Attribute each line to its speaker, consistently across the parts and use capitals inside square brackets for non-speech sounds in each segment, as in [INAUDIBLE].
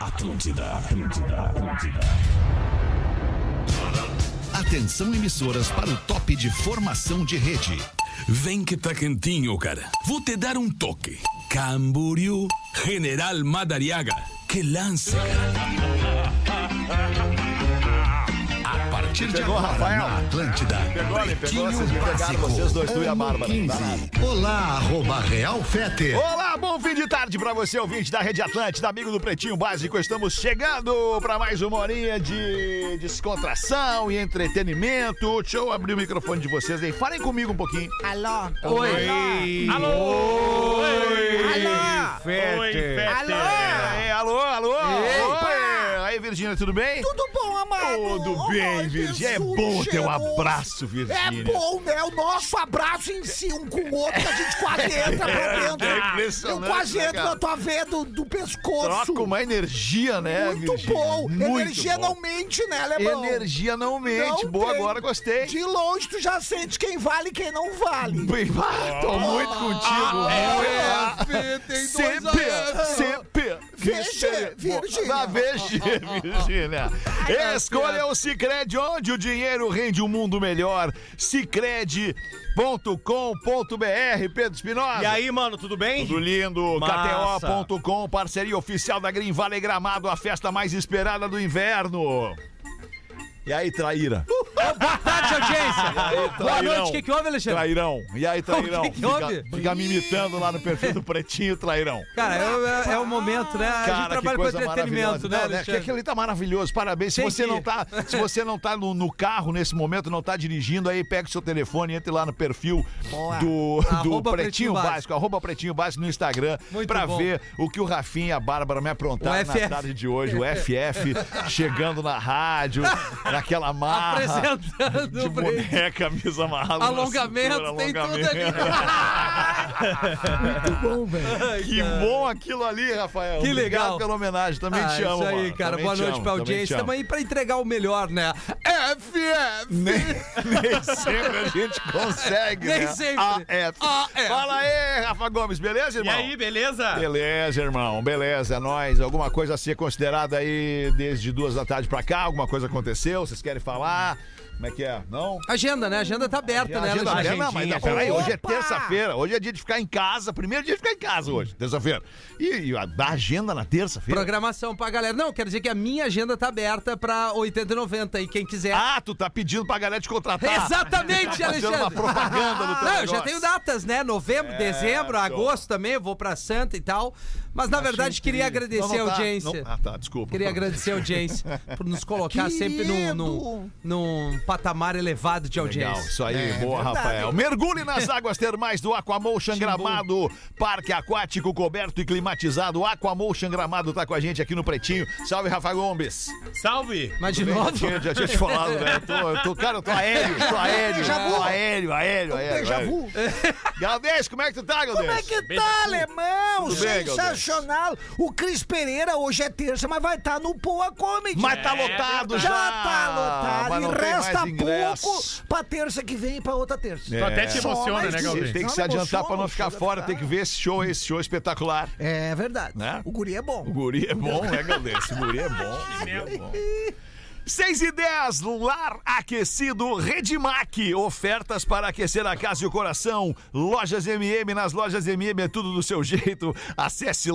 Speaker 1: Atlântida, Atlântida, Atlântida.
Speaker 2: Atenção emissoras para o top de formação de rede.
Speaker 3: Vem que tá quentinho, cara. Vou te dar um toque. Camboriú, General Madariaga. Que lance,
Speaker 2: A partir de
Speaker 4: Pegou,
Speaker 2: agora
Speaker 4: Rafael?
Speaker 2: na Atlântida.
Speaker 4: Pegou, ali, pegou,
Speaker 2: Pretinho
Speaker 4: vocês me pegaram,
Speaker 2: Básico,
Speaker 4: vocês dois, tu e a
Speaker 2: ano
Speaker 4: Bárbara.
Speaker 2: 15.
Speaker 4: Vai lá.
Speaker 2: Olá, arroba Real Fete.
Speaker 4: Olá, bom fim de tarde pra você, ouvinte da Rede Atlântida, amigo do Pretinho Básico. Estamos chegando pra mais uma horinha de descontração e entretenimento. Deixa eu abrir o microfone de vocês aí. Falem comigo um pouquinho.
Speaker 5: Alô?
Speaker 6: Oi. Alô.
Speaker 5: Alô? Alô?
Speaker 4: É, alô, alô,
Speaker 5: Epa!
Speaker 4: oi. Aí, Virgínia, tudo bem?
Speaker 6: Tudo bom, amado?
Speaker 4: Tudo
Speaker 6: Ô,
Speaker 4: bem,
Speaker 6: Maicon,
Speaker 4: Virgínia. É
Speaker 6: sujeito.
Speaker 4: bom o teu abraço, Virgínia.
Speaker 6: É bom, né? O nosso abraço em si, um com o outro, que a gente
Speaker 4: [LAUGHS]
Speaker 6: quase entra pra dentro.
Speaker 4: É impressionante,
Speaker 6: Eu quase
Speaker 4: né,
Speaker 6: entro
Speaker 4: cara?
Speaker 6: na tua veia do, do pescoço.
Speaker 4: Troca uma energia, né,
Speaker 6: Muito
Speaker 4: Virgínia?
Speaker 6: bom.
Speaker 4: Muito
Speaker 6: Energia
Speaker 4: bom.
Speaker 6: não mente, né, Alemão?
Speaker 4: Energia não mente.
Speaker 6: Não
Speaker 4: Boa,
Speaker 6: tem.
Speaker 4: agora gostei.
Speaker 6: De longe tu já sente quem vale e quem não vale. É,
Speaker 4: Bem, ah, tô muito contigo. Ah, É. sempre, sempre.
Speaker 6: Virgínia, Virgínia. [LAUGHS]
Speaker 4: Na Virgínia, Virgínia. Escolha o Cicred, onde o dinheiro rende um mundo melhor. Cicred.com.br, Pedro Espinosa.
Speaker 5: E aí, mano, tudo bem?
Speaker 4: Tudo lindo,
Speaker 5: Massa.
Speaker 4: KTO.com, parceria oficial da Green Valley Gramado, a festa mais esperada do inverno. E aí, traíra?
Speaker 7: [LAUGHS] Boa tarde, audiência. Boa
Speaker 4: trairão.
Speaker 7: noite, o que, que houve, Alexandre?
Speaker 4: Trairão. E
Speaker 7: [LAUGHS]
Speaker 4: aí, trairão?
Speaker 7: que que
Speaker 4: fica,
Speaker 7: houve?
Speaker 4: fica me imitando lá no perfil do Pretinho, trairão.
Speaker 7: Cara, é, é- é o momento, né? A gente
Speaker 4: Cara, que
Speaker 7: trabalha com
Speaker 4: coisa
Speaker 7: entretenimento,
Speaker 4: maravilhosa.
Speaker 7: né,
Speaker 4: Não, né?
Speaker 7: Alexandre?
Speaker 4: Que aquilo ali tá maravilhoso. Parabéns. Se
Speaker 7: Tem
Speaker 4: você
Speaker 7: que-
Speaker 4: não tá, se você não tá no, no carro nesse momento, não tá dirigindo, aí pega o seu telefone, entre lá no perfil do, do Pretinho,
Speaker 7: Arroba Pretinho
Speaker 4: Básico,
Speaker 7: Básico,
Speaker 4: arroba Pretinho Básico no Instagram,
Speaker 7: Muito
Speaker 4: pra
Speaker 7: bom.
Speaker 4: ver o que o Rafinha e a Bárbara me aprontaram
Speaker 7: O
Speaker 4: na
Speaker 7: FF.
Speaker 4: tarde de hoje. O
Speaker 7: [LAUGHS]
Speaker 4: FF chegando na rádio, naquela
Speaker 7: Ah.
Speaker 4: marra.
Speaker 7: Apresentando
Speaker 4: De
Speaker 7: o Pretinho.
Speaker 4: boneca, camisa amarrada. na
Speaker 7: Alongamento,
Speaker 4: cintura,
Speaker 7: tem tudo [LAUGHS]
Speaker 4: alongamento. Que
Speaker 7: Ah,
Speaker 4: bom aquilo ali, Rafael.
Speaker 7: É. Que
Speaker 4: Obrigado
Speaker 7: legal.
Speaker 4: pela homenagem. Também
Speaker 7: Ah,
Speaker 4: te amo.
Speaker 7: isso aí,
Speaker 4: mano.
Speaker 7: cara.
Speaker 4: Também
Speaker 7: Boa
Speaker 4: te
Speaker 7: noite
Speaker 4: amo,
Speaker 7: pra
Speaker 4: também te
Speaker 7: audiência.
Speaker 4: amo.
Speaker 7: Também pra entregar o melhor, né? FF!
Speaker 4: Nem [LAUGHS] sempre a gente consegue,
Speaker 7: Nem
Speaker 4: né?
Speaker 7: sempre. Ah, é.
Speaker 4: AF.
Speaker 7: AF.
Speaker 4: Fala aí, Rafa Gomes, beleza,
Speaker 5: E
Speaker 4: irmão?
Speaker 5: aí, beleza?
Speaker 4: Beleza, irmão, beleza, é nóis. Alguma coisa a ser considerada aí desde duas da tarde pra cá? Alguma coisa aconteceu? Vocês querem falar? Como é que é? Não?
Speaker 7: Agenda, né? Agenda tá aberta, né,
Speaker 4: Agenda aberta,
Speaker 7: Alexandre?
Speaker 4: não, mas não, peraí, hoje é terça-feira. Hoje é dia de ficar em casa. Primeiro dia de ficar em casa hoje, terça-feira. E, e a da agenda na terça-feira.
Speaker 7: Programação pra galera. Não, quero dizer que a minha agenda tá aberta pra 80 e 90 e quem quiser.
Speaker 4: Ah, tu tá pedindo pra galera te contratar.
Speaker 7: Exatamente,
Speaker 4: Tá fazendo
Speaker 7: Alexandre.
Speaker 4: uma propaganda do teu
Speaker 7: Não, eu já
Speaker 4: negócio. É,
Speaker 7: tenho datas, né? Novembro, dezembro,
Speaker 4: show.
Speaker 7: agosto também, eu vou pra Santa e tal. Mas na verdade queria agradecer
Speaker 4: Não, não
Speaker 7: a
Speaker 4: tá,
Speaker 7: audiência.
Speaker 4: não- ah, tá, desculpa.
Speaker 7: Queria agradecer a audiência por
Speaker 4: [LAUGHS]
Speaker 7: nos colocar sempre num, num, num patamar elevado de audiência.
Speaker 4: Legal, isso aí, boa, Rafael. Mergulhe nas águas termais do Aquamotion Gramado. Parque aquático coberto e climatizado. Aquamotion Gramado tá com a gente aqui no Pretinho. Salve, Rafa Gomes.
Speaker 5: Salve!
Speaker 7: Mas de
Speaker 4: Bem,
Speaker 7: novo,
Speaker 4: já tinha- Já tinha te falado, né? Eu tô, eu tô- cara, eu tô aéreo, tô aéreo.
Speaker 6: déjà vu.
Speaker 4: Tô aéreo, aéreo, aéreo.
Speaker 6: Deja
Speaker 4: aéreo.
Speaker 6: vu.
Speaker 4: Galdês, como é que tu tá, Galdês?
Speaker 6: Como é que tá, alemão?
Speaker 4: Tudo bem,
Speaker 6: Sensacional. o Cris Pereira hoje é terça, mas vai estar no Poa Comedy.
Speaker 4: Mas tá lotado
Speaker 6: já.
Speaker 4: já.
Speaker 6: tá lotado.
Speaker 4: Mas não
Speaker 6: E
Speaker 4: tem mais
Speaker 6: resta
Speaker 4: ingresso.
Speaker 6: pouco pra terça que vem e pra outra terça.
Speaker 4: É.
Speaker 6: É.
Speaker 4: Tu
Speaker 5: até te emociona, né, Galdês?
Speaker 4: Tem que se adiantar pra não ficar fora, tem que ver esse show, esse show espetacular.
Speaker 6: É verdade.
Speaker 4: Né?
Speaker 6: O guri é bom.
Speaker 4: O guri é bom, né, Galdês? O guri é bom. o guri é bom. 6 e 10, lar aquecido Redmac. Ofertas para aquecer a casa e o coração. Lojas MM, nas lojas MM é tudo do seu jeito. Acesse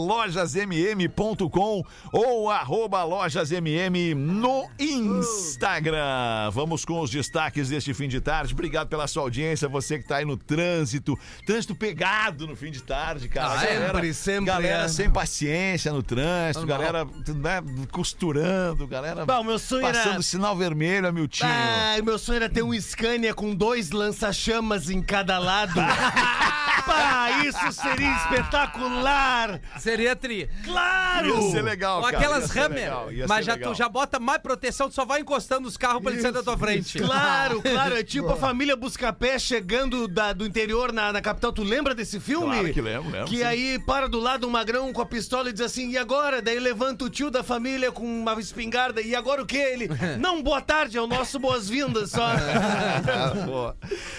Speaker 4: lojasmm.com ou arroba lojasmm no Instagram. Vamos com os destaques deste fim de tarde. Obrigado pela sua audiência, você que está aí no trânsito. Trânsito pegado no fim de tarde, cara.
Speaker 7: Ah, sempre, sempre
Speaker 4: Galera
Speaker 7: é.
Speaker 4: sem paciência no trânsito,
Speaker 7: Normal.
Speaker 4: galera né, costurando, galera
Speaker 8: Bah, o meu sonho era-
Speaker 4: passando sinal vermelho, Amiltinho.
Speaker 8: Ai, meu sonho era ter um Scania com dois lança-chamas em cada
Speaker 4: [LAUGHS]
Speaker 8: lado. Pá, isso seria espetacular!
Speaker 7: [LAUGHS] seria tri.
Speaker 8: Claro!
Speaker 4: Ia ser legal,
Speaker 7: Ou
Speaker 4: cara.
Speaker 7: aquelas
Speaker 4: ia ser
Speaker 7: Hammer,
Speaker 4: legal, ia ser
Speaker 7: mas já,
Speaker 4: legal. [LAUGHS]
Speaker 7: tu já bota mais proteção, tu só vai encostando os carros pra ele sair da tua frente.
Speaker 8: Claro, claro, é tipo a família Buscapé chegando da- do interior na, na capital. Tu lembra desse filme?
Speaker 4: Claro que lembro, lembro,
Speaker 8: Que
Speaker 4: sim.
Speaker 8: aí para do lado um magrão com a pistola e diz assim: e agora? Daí levanta o tio da família com uma espingarda. E agora o que?
Speaker 9: [LAUGHS]
Speaker 8: Ele. Não, boa tarde, é o nosso boas-vindas só.
Speaker 4: Ah, boa.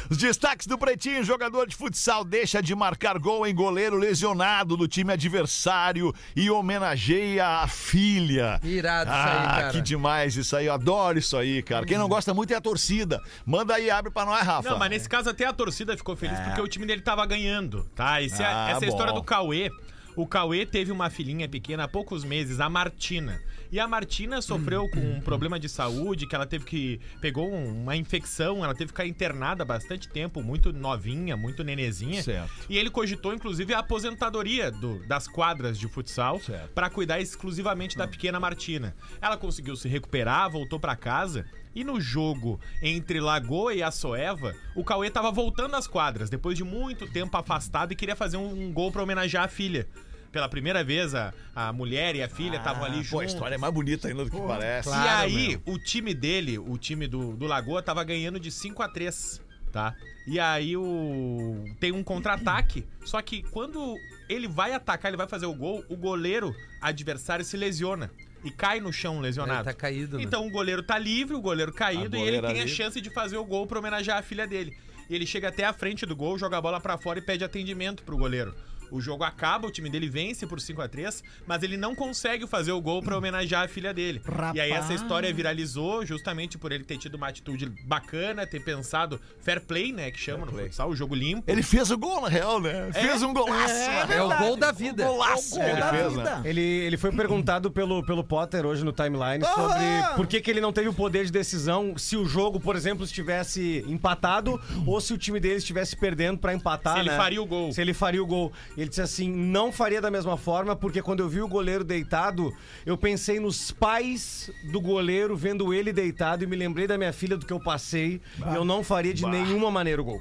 Speaker 4: Os destaques do Pretinho, jogador de futsal deixa deixa de marcar gol em goleiro lesionado do time adversário e homenageia a filha.
Speaker 7: Irado isso aí,
Speaker 4: ah,
Speaker 7: cara.
Speaker 4: que demais isso aí. Eu adoro isso aí, cara. Quem não gosta muito é a torcida. Manda aí, abre pra nós, Rafa. É.
Speaker 5: Não, mas nesse caso até a torcida ficou feliz porque o time dele tava ganhando, tá? Esse é-
Speaker 4: Ah,
Speaker 5: essa é a história
Speaker 4: bom.
Speaker 5: do Cauê. O Cauê teve uma filhinha pequena há poucos meses, a Martina. E a Martina sofreu com um problema de saúde, que ela teve que. pegou um- uma infecção, ela teve que ficar internada bastante tempo, muito novinha, muito nenezinha.
Speaker 4: Certo.
Speaker 5: E ele cogitou, inclusive, a aposentadoria do- das quadras de futsal
Speaker 4: Certo. Hum.
Speaker 5: pra cuidar exclusivamente da pequena Martina. Ela conseguiu se recuperar, voltou pra casa. E no jogo entre Lagoa e Açoeva, o Cauê tava voltando às quadras, depois de muito tempo afastado, e queria fazer um, um gol pra homenagear a filha. Pela primeira vez, a, a mulher e a filha estavam ali
Speaker 4: Pô, a
Speaker 5: juntos.
Speaker 4: história é mais bonita ainda do que parece.
Speaker 5: E aí, o time dele, o time do, do Lagoa, tava ganhando de 5 a 3 tá? E aí o. Tem um contra-ataque. Só que quando ele vai atacar, ele vai fazer o gol, o goleiro adversário se lesiona. E cai no chão lesionado.
Speaker 7: Ele tá caído, né?
Speaker 5: Então o goleiro tá livre, o goleiro caído,
Speaker 4: A
Speaker 5: e ele
Speaker 4: goleira
Speaker 5: tem a
Speaker 4: livre.
Speaker 5: chance de fazer o gol pra homenagear a filha dele. E ele chega até a frente do gol, joga a bola pra fora e pede atendimento pro goleiro. O jogo acaba, o time dele vence por 5 a 3 mas ele não consegue fazer o gol pra homenagear a filha dele. E aí essa história viralizou justamente por ele ter tido uma atitude bacana, ter pensado fair play, né, que chama no futsal, o jogo limpo.
Speaker 4: Ele fez o gol, na real, né?
Speaker 5: É.
Speaker 4: Fez um golaço. né?
Speaker 7: É o gol da vida. É.
Speaker 4: Golaço.
Speaker 6: Gol
Speaker 4: que ele
Speaker 6: da
Speaker 4: fez, né?
Speaker 6: vida.
Speaker 9: Ele, ele foi perguntado pelo, pelo Potter hoje no timeline sobre por que, que ele não teve o poder de decisão se o jogo, por exemplo, estivesse empatado ou se o time dele estivesse perdendo pra empatar.
Speaker 5: Se ele
Speaker 9: né?
Speaker 5: faria o gol.
Speaker 9: Se ele faria o gol. Ele disse assim: não faria da mesma forma, porque quando eu vi o goleiro deitado, eu pensei nos pais do goleiro vendo ele deitado e me lembrei da minha filha do que eu passei. E eu não faria de nenhuma maneira o gol.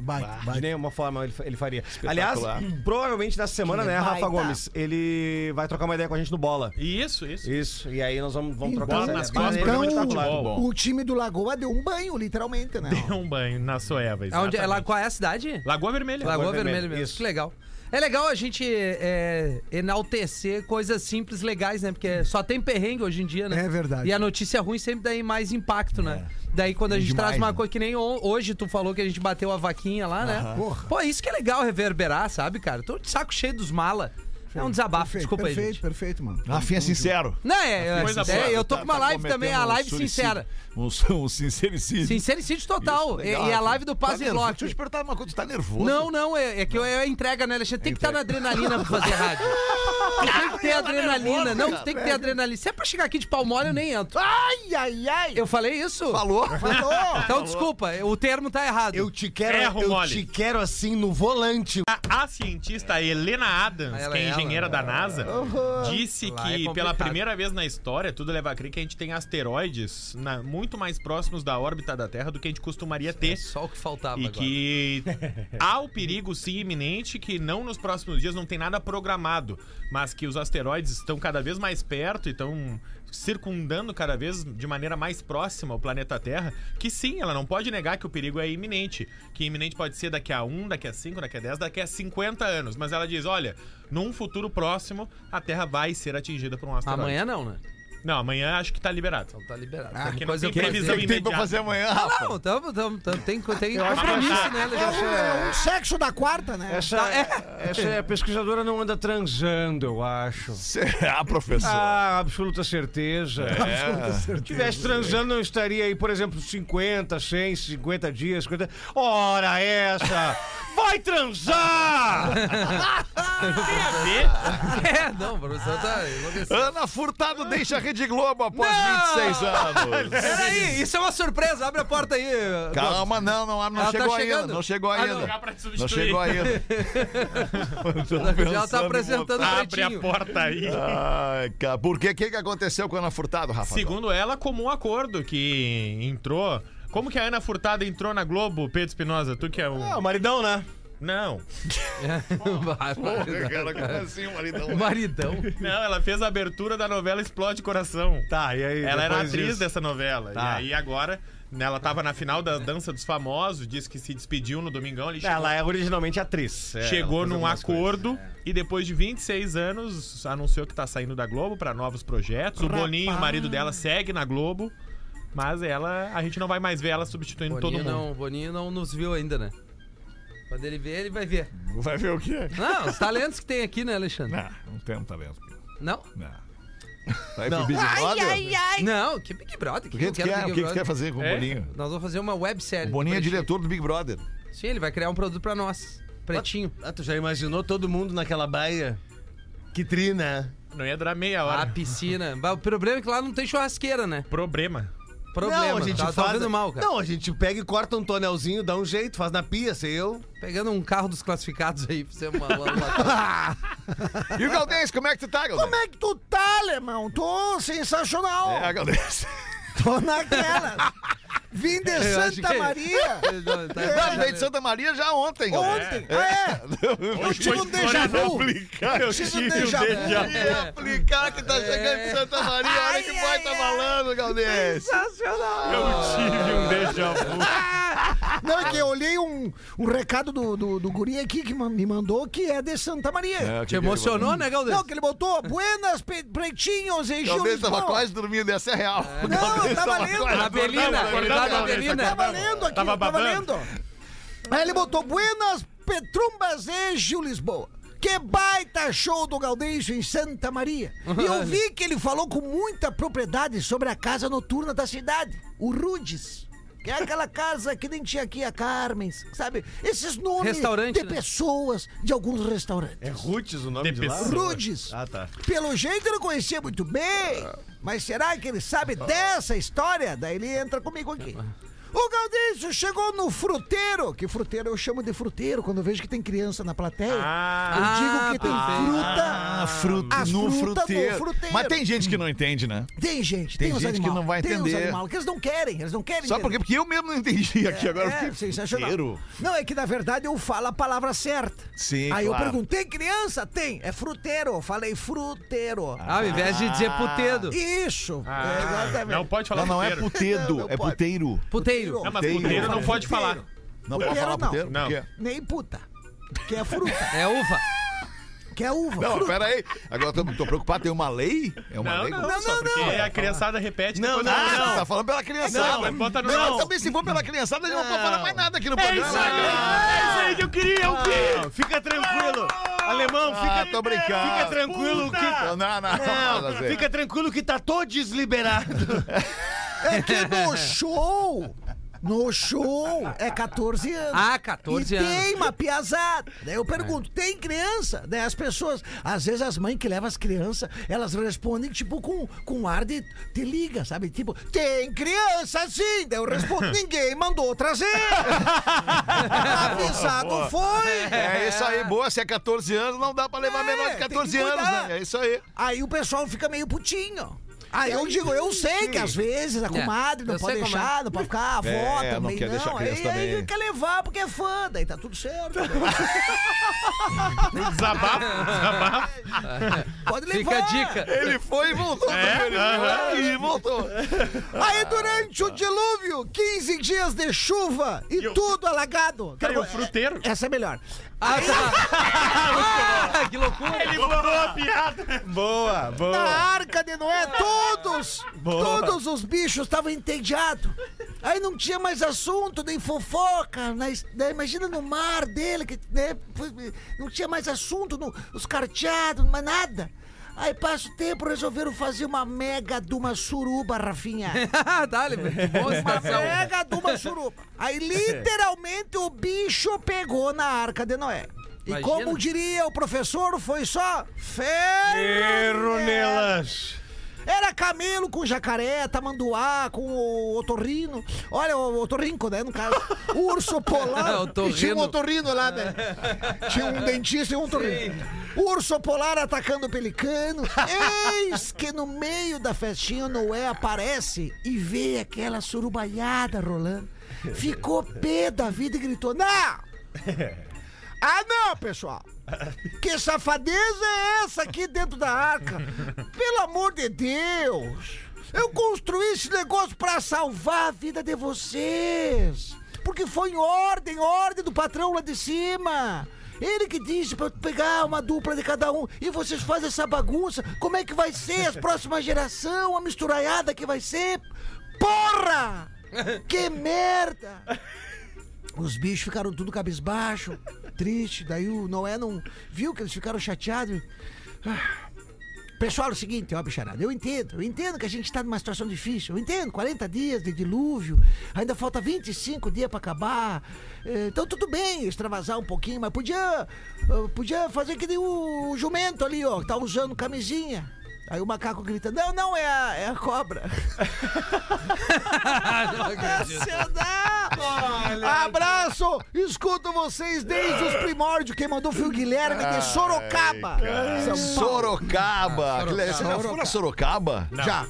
Speaker 9: De nenhuma forma ele, fa- ele faria. Aliás, provavelmente nessa semana,
Speaker 6: Que
Speaker 9: né, Rafa
Speaker 6: baita.
Speaker 9: Gomes, ele vai trocar uma ideia com a gente no bola.
Speaker 5: Isso, isso.
Speaker 9: Isso, e aí nós vamos, vamos trocar
Speaker 6: Então,
Speaker 9: essa
Speaker 5: Bola nas
Speaker 9: ideia.
Speaker 5: costas,
Speaker 9: Mas
Speaker 5: programa de
Speaker 9: ele tá
Speaker 6: então,
Speaker 9: com lado
Speaker 5: futebol.
Speaker 9: bom.
Speaker 6: o time do Lagoa deu um banho, literalmente, né?
Speaker 5: Deu um banho na Soeva,
Speaker 7: Aonde, ela,
Speaker 5: exatamente.
Speaker 7: qual é a cidade?
Speaker 5: Lagoa Vermelha.
Speaker 7: Lagoa,
Speaker 9: Lagoa
Speaker 7: Vermelha,
Speaker 9: Vermelha,
Speaker 7: mesmo.
Speaker 9: isso.
Speaker 7: Que legal. É legal a gente é, enaltecer coisas simples, legais, né? Porque só tem perrengue hoje em dia, né?
Speaker 6: É verdade.
Speaker 7: E a notícia ruim sempre dá mais impacto, né? Daí quando a gente
Speaker 4: É. Demais,
Speaker 7: traz uma
Speaker 4: né?
Speaker 7: coisa que nem ho- hoje tu falou que a gente bateu a vaquinha lá, né?
Speaker 6: Porra.
Speaker 7: Pô, isso que é legal reverberar, sabe, cara? Tô de saco cheio dos mala. É um desabafo,
Speaker 6: Perfeito,
Speaker 7: desculpa aí,
Speaker 6: perfeito,
Speaker 7: gente.
Speaker 6: Perfeito, mano.
Speaker 4: Rafinha sincero.
Speaker 7: Não, é,
Speaker 5: Coisa
Speaker 7: é,
Speaker 5: boa.
Speaker 7: é, eu tô
Speaker 4: Tá-
Speaker 7: com uma
Speaker 4: tá
Speaker 7: live também, a
Speaker 4: cometendo um
Speaker 7: live
Speaker 4: suicídio.
Speaker 7: sincera.
Speaker 4: Um, um sincericídio.
Speaker 7: Sincericídio total.
Speaker 4: Isso, legal,
Speaker 7: e, e a
Speaker 4: Rafinha.
Speaker 7: live do
Speaker 4: tá
Speaker 7: Paz e
Speaker 4: nervoso.
Speaker 7: Lock.
Speaker 4: Deixa eu te perguntar uma coisa, tu tá nervoso?
Speaker 7: Não, não, é, é que eu- é a entrega, né, Alexandre? Tem que estar na adrenalina pra fazer rádio. Tu tem que ter adrenalina. Não, tu tem que ter adrenalina. Se é pra chegar aqui de pau mole, eu nem entro.
Speaker 6: Ai, ai, ai.
Speaker 7: Eu falei isso? [LAUGHS]
Speaker 4: Falou?
Speaker 6: Falou.
Speaker 7: Então, desculpa, o termo tá errado.
Speaker 8: Eu te quero,
Speaker 5: Erro
Speaker 8: eu
Speaker 5: mole.
Speaker 8: te quero assim no volante.
Speaker 5: A, a cientista Helena Adams,
Speaker 7: Ela
Speaker 5: que
Speaker 7: é
Speaker 5: é engenheira da NASA, disse
Speaker 7: Lá é
Speaker 5: que
Speaker 7: complicado.
Speaker 5: pela primeira vez na história, tudo leva a crer que a gente tem asteroides na- muito mais próximos da órbita da Terra do que a gente costumaria ter.
Speaker 7: Só o que faltava
Speaker 5: E
Speaker 7: agora.
Speaker 5: que há o perigo, sim, iminente, que não nos próximos dias não tem nada programado, mas que os asteroides estão cada vez mais perto e estão circundando cada vez de maneira mais próxima o planeta Terra, que sim, ela não pode negar que o perigo é iminente, que iminente pode ser daqui a 1, daqui a 5, daqui a 10, daqui a 50 anos, mas ela diz, olha, num futuro próximo, a Terra vai ser atingida por um asteroide.
Speaker 7: Amanhã não, né?
Speaker 5: Não, amanhã acho que tá liberado.
Speaker 7: Então tá liberado.
Speaker 5: Ah,
Speaker 7: Tem
Speaker 5: que não
Speaker 7: coisa
Speaker 5: tem
Speaker 7: pra
Speaker 5: previsão então.
Speaker 7: fazer.
Speaker 4: Tem pra fazer amanhã, Rafa?
Speaker 7: Não, tamo, tamo, tamo, tem, tem compromisso, né,
Speaker 6: É um,
Speaker 7: Alexandre?
Speaker 6: é um sexo da quarta, né?
Speaker 9: Essa,
Speaker 8: Ah, é.
Speaker 9: essa é, pesquisadora não anda transando, eu acho.
Speaker 4: Será, professor?
Speaker 9: Ah, absoluta [LAUGHS] certeza.
Speaker 4: é.
Speaker 9: Se tivesse transando, eu estaria aí, por exemplo, 50, 100, 50 dias, 50. Ora essa! Vai transar!
Speaker 7: [LAUGHS] É, não, o professor tá enlouquecido.
Speaker 4: Ana Furtado deixa a Rede Globo após
Speaker 7: Não!
Speaker 4: 26 anos.
Speaker 7: Peraí, isso é uma surpresa. Abre a porta aí.
Speaker 4: [LAUGHS] Calma, não, não, não
Speaker 7: Ela tá
Speaker 4: chegou ainda.
Speaker 7: chegando.
Speaker 4: Não chegou
Speaker 7: Ah,
Speaker 4: ainda.
Speaker 7: não.
Speaker 5: Dá pra te
Speaker 4: Não
Speaker 5: substituir.
Speaker 4: chegou ainda. [LAUGHS] Tô
Speaker 7: Ela
Speaker 4: pensando
Speaker 7: tá
Speaker 4: em
Speaker 7: apresentando o
Speaker 5: Abre a
Speaker 7: pretinho.
Speaker 5: porta aí.
Speaker 9: Ah, tá
Speaker 4: voltar. Ai, cara. Por quê? O que, que aconteceu com a Ana Furtado, Rafa?
Speaker 5: Segundo ela, comum acordo que entrou. Como que a Ana Furtada entrou na Globo, Pedro Espinosa? Tu que é um.
Speaker 9: Ah, o maridão, né?
Speaker 5: Não.
Speaker 7: [LAUGHS] Vai,
Speaker 4: Porra,
Speaker 7: vai.
Speaker 4: cara, como assim, maridão? [LAUGHS]
Speaker 7: Maridão.
Speaker 5: Não, ela fez a abertura da novela Explode Coração.
Speaker 9: [LAUGHS] Tá, e aí?
Speaker 5: Ela era
Speaker 9: depois
Speaker 5: atriz
Speaker 9: disso?
Speaker 5: dessa novela.
Speaker 9: Tá.
Speaker 5: E aí agora, né, ela tava na final da Dança dos Famosos, disse que se despediu no Domingão. Ele chegou,
Speaker 9: Ela é originalmente atriz. É,
Speaker 5: chegou
Speaker 9: ela fez
Speaker 5: num
Speaker 9: algumas coisas. é.
Speaker 5: acordo e depois de 26 anos anunciou que tá saindo da Globo pra novos projetos. O Boninho, o marido dela, segue na Globo. Mas ela, a gente não vai mais ver ela substituindo
Speaker 7: Boninho
Speaker 5: todo mundo.
Speaker 7: Não, Boninho não nos viu ainda, né? Quando ele ver, ele vai ver.
Speaker 4: Vai ver o que é.
Speaker 7: Não, os talentos que tem aqui, né, Alexandre?
Speaker 4: Não, Ah, não temos talento. Pedro.
Speaker 7: Não?
Speaker 4: Não. Vai pro Big Brother?
Speaker 7: Não, que Big Brother.
Speaker 4: O que tu
Speaker 7: eu quero
Speaker 4: quer? O que
Speaker 7: Big
Speaker 4: tu quer
Speaker 7: Brother.
Speaker 4: fazer com o Boninho?
Speaker 7: Nós vamos fazer uma websérie.
Speaker 4: O É. Boninho é
Speaker 7: Pretinho.
Speaker 4: diretor do Big Brother.
Speaker 7: Sim, ele vai criar um produto pra nós. Pretinho.
Speaker 9: Ah, tu já imaginou todo mundo naquela baia? Que né? trina.
Speaker 5: Não ia durar meia
Speaker 7: A
Speaker 5: hora.
Speaker 7: piscina. Bah, O problema é que lá não tem churrasqueira, né?
Speaker 5: Problema.
Speaker 7: Problema.
Speaker 9: não, a gente
Speaker 7: tá,
Speaker 9: faz.
Speaker 7: tá ouvindo mal, cara.
Speaker 9: Não, a gente pega e corta um tonelzinho, dá um jeito, faz na pia, sei eu.
Speaker 7: Pegando um carro dos classificados aí pra você uma, uma, uma...
Speaker 4: E o Galdês, como é que tu tá, Galdês?
Speaker 6: Como é que tu tá, alemão? Tô sensacional.
Speaker 4: É, Galdês.
Speaker 6: Tô [LAUGHS] naquela. Vim de
Speaker 7: Eu acho
Speaker 6: Santa
Speaker 7: que- é
Speaker 6: Maria.
Speaker 7: [LAUGHS]
Speaker 4: Tá, veio de Santa Maria já ontem, Galdês.
Speaker 6: Ontem. É. Eu tive um déjà vu.
Speaker 4: Aplicar, eu
Speaker 6: tive um déjà vu.
Speaker 4: vu. Aplicar que tá chegando de Santa Maria, olha que vai tá falando, Galdês.
Speaker 6: Não, é que eu olhei um, um recado do, do, do guri aqui que ma- me mandou que é de Santa Maria.
Speaker 7: Te emocionou, né, Galdês?
Speaker 6: Não, que ele botou Buenas pe- Pretinhos e Gil
Speaker 4: Galdês tava
Speaker 6: Lisboa."
Speaker 4: quase dormindo, essa é real. O
Speaker 6: Não,
Speaker 4: Galdês
Speaker 6: tava lendo.
Speaker 4: quase
Speaker 7: A Belina,
Speaker 4: acordando,
Speaker 7: ele
Speaker 4: acordando,
Speaker 7: tá na
Speaker 4: Galdês.
Speaker 7: Belina.
Speaker 6: Tava lendo aqui, tava,
Speaker 5: Tava babando.
Speaker 6: lendo. Aí ele botou Buenas Petrumbas e Gil Lisboa. Que baita show do Gaudêncio em Santa Maria. E eu vi que ele falou com muita propriedade sobre a casa noturna da cidade, o Rudes. Que é aquela casa que nem tinha aqui a Carmens, sabe? Esses nomes
Speaker 7: Restaurante,
Speaker 6: de
Speaker 7: né?
Speaker 6: pessoas de alguns restaurantes.
Speaker 9: Rutes o nome
Speaker 5: de lá?
Speaker 6: Rudes.
Speaker 9: Ah, tá.
Speaker 6: Pelo jeito ele conhecia muito bem. Mas será que ele sabe dessa história? Daí ele entra comigo aqui. O Gaudêncio chegou no fruteiro, que fruteiro eu chamo de fruteiro quando eu vejo que tem criança na plateia.
Speaker 5: Ah,
Speaker 6: eu digo que tem
Speaker 7: perfeito.
Speaker 6: fruta.
Speaker 4: Ah, fruta
Speaker 6: As
Speaker 4: no
Speaker 6: fruta no
Speaker 4: fruteiro.
Speaker 6: fruteiro.
Speaker 4: Mas tem gente que não entende, né?
Speaker 6: Tem gente,
Speaker 4: Tem
Speaker 6: tem, os
Speaker 4: gente que
Speaker 6: animal,
Speaker 4: não vai
Speaker 6: tem os
Speaker 4: entender.
Speaker 6: animal, que eles não querem, eles não querem.
Speaker 4: Só
Speaker 6: entender.
Speaker 4: porque, porque eu mesmo não entendi aqui agora. eu
Speaker 6: É,
Speaker 4: fiquei,
Speaker 6: sensacional.
Speaker 4: "Fruteiro?"
Speaker 6: Não, é que na verdade eu falo a palavra certa.
Speaker 4: Sim,
Speaker 6: Aí eu
Speaker 4: claro.
Speaker 6: pergunto, tem criança? Tem. É fruteiro. Eu falei fruteiro.
Speaker 7: Ah, ao invés de dizer putedo.
Speaker 6: Isso.
Speaker 5: Ah,
Speaker 6: É, exatamente.
Speaker 5: não pode falar
Speaker 4: Não, não é
Speaker 5: puteiro.
Speaker 4: putedo,
Speaker 6: Não, não
Speaker 4: é
Speaker 6: pode.
Speaker 4: puteiro.
Speaker 7: Puteiro.
Speaker 5: Não, mas
Speaker 4: Tem,
Speaker 5: puteiro
Speaker 4: eu
Speaker 5: não
Speaker 4: falei
Speaker 5: pode falar.
Speaker 6: puteiro.
Speaker 4: Não pode
Speaker 6: Puteiro
Speaker 4: falar
Speaker 6: não.
Speaker 4: puteiro?
Speaker 5: Não.
Speaker 4: Por quê?
Speaker 6: Nem puta. Que é fruta.
Speaker 7: É uva.
Speaker 6: Que é uva.
Speaker 4: Não,
Speaker 6: fruta.
Speaker 4: pera aí. Agora eu tô, tô preocupado, tem uma lei? É uma
Speaker 5: Não,
Speaker 4: lei?
Speaker 5: não,
Speaker 4: Como-
Speaker 5: não,
Speaker 6: não,
Speaker 5: porque
Speaker 6: não.
Speaker 5: a criançada repete.
Speaker 9: Não,
Speaker 5: depois
Speaker 9: não,
Speaker 5: ela-
Speaker 4: Ah,
Speaker 9: não.
Speaker 4: você tá falando pela criançada.
Speaker 5: Não, mas bota no
Speaker 4: Não,
Speaker 5: nosso.
Speaker 4: também se for pela criançada, eu não vou falar mais nada aqui no
Speaker 5: É
Speaker 4: programa. né,
Speaker 5: isso aí, é isso aí que eu queria ouvir.
Speaker 9: Não, fica tranquilo. Alemão, fica,
Speaker 4: Ah, tô brincando.
Speaker 9: fica tranquilo que.
Speaker 5: tá-
Speaker 4: Não, não, não.
Speaker 9: Não,
Speaker 4: Zé.
Speaker 9: fica tranquilo que tá todos liberado.
Speaker 6: É que no show. No show é 14 anos.
Speaker 7: Ah, 14
Speaker 6: e
Speaker 7: anos.
Speaker 6: Tem uma piazada. Daí eu pergunto, tem criança? Daí as pessoas, às vezes as mães que levam as crianças, elas respondem tipo com, com ar de te liga, sabe? Tipo, tem criança sim. Daí eu respondo, ninguém mandou trazer. Avisado foi.
Speaker 4: É isso aí, boa. Se é 14 anos, não dá pra levar
Speaker 6: É,
Speaker 4: menor de
Speaker 6: tem que
Speaker 4: 14 anos,
Speaker 6: cuidar.
Speaker 4: né? É isso aí.
Speaker 6: Aí o pessoal fica meio putinho. Aí eu digo, eu sei que às vezes a comadre não
Speaker 7: É, eu
Speaker 6: pode
Speaker 7: sei como
Speaker 6: deixar, não pode ficar, a avó
Speaker 4: É, não
Speaker 6: também não.
Speaker 4: quer deixar a criança
Speaker 6: aí,
Speaker 4: também.
Speaker 6: aí quer levar porque é fã, daí tá tudo
Speaker 7: [LAUGHS]
Speaker 6: certo.
Speaker 5: Desabafo, desabafo.
Speaker 6: Pode levar.
Speaker 7: Fica a dica.
Speaker 4: Ele foi e voltou. também, ele foi e [LAUGHS] voltou.
Speaker 6: Aí durante o dilúvio, 15 dias de chuva e tudo alagado.
Speaker 5: Caiu o fruteiro.
Speaker 6: Essa é melhor.
Speaker 7: Ah, tá. Ah, que loucura.
Speaker 5: Ele morou a piada.
Speaker 9: Boa,
Speaker 6: Na
Speaker 9: boa.
Speaker 6: arca de Noé, todos, todos os bichos estavam entediados. Aí não tinha mais assunto, nem fofoca. Mas, né, imagina no mar dele, que, né, foi- não tinha mais assunto, não- os carteados, mas nada. Aí passa o tempo, resolveram fazer uma mega de uma suruba, Rafinha.
Speaker 7: [LAUGHS] Ah, tá, Lima. Que boa
Speaker 9: [LAUGHS]
Speaker 7: situação.
Speaker 6: Pega de uma suruba. Aí literalmente o bicho pegou na arca de Noé. E
Speaker 7: Imagina.
Speaker 6: como diria o professor, foi só ferro.
Speaker 9: Erro nelas.
Speaker 6: Era camelo com jacaré, tamanduá, com o otorrino. Olha, o otorrinco, né, no caso. O urso polar.
Speaker 7: Otorrino.
Speaker 6: Tinha um otorrino lá, né? Tinha um dentista e um otorrino. O urso polar atacando o pelicano. Eis que no meio da festinha o Noé aparece e vê aquela surubaiada rolando. Ficou pé da vida e gritou, não! Ah, não, pessoal! Que safadeza é essa aqui dentro da arca? Pelo amor de Deus! Eu construí esse negócio pra salvar a vida de vocês! Porque foi em ordem, ordem do patrão lá de cima! Ele que disse pra eu pegar uma dupla de cada um e vocês fazem essa bagunça. Como é que vai ser as próximas gerações? A misturaiada que vai ser? Porra! Que merda! Os bichos ficaram tudo cabisbaixo, triste. Daí o Noé não viu que eles ficaram chateados. Ah. Pessoal, é o seguinte, ó, bicharada, eu entendo, eu entendo que a gente tá numa situação difícil, eu entendo, 40 dias de dilúvio, ainda falta 25 dias pra acabar, eh, então tudo bem extravasar um pouquinho, mas podia, eh, podia fazer que nem o, o jumento ali, ó, que tá usando camisinha. Aí o macaco grita, não, não, é a, é a cobra. [LAUGHS] Abraço! Escuto vocês desde os primórdios. Quem mandou foi o Guilherme de Sorocaba. São Paulo.
Speaker 4: Sorocaba. que legal. Você já foi na Sorocaba?
Speaker 6: Já.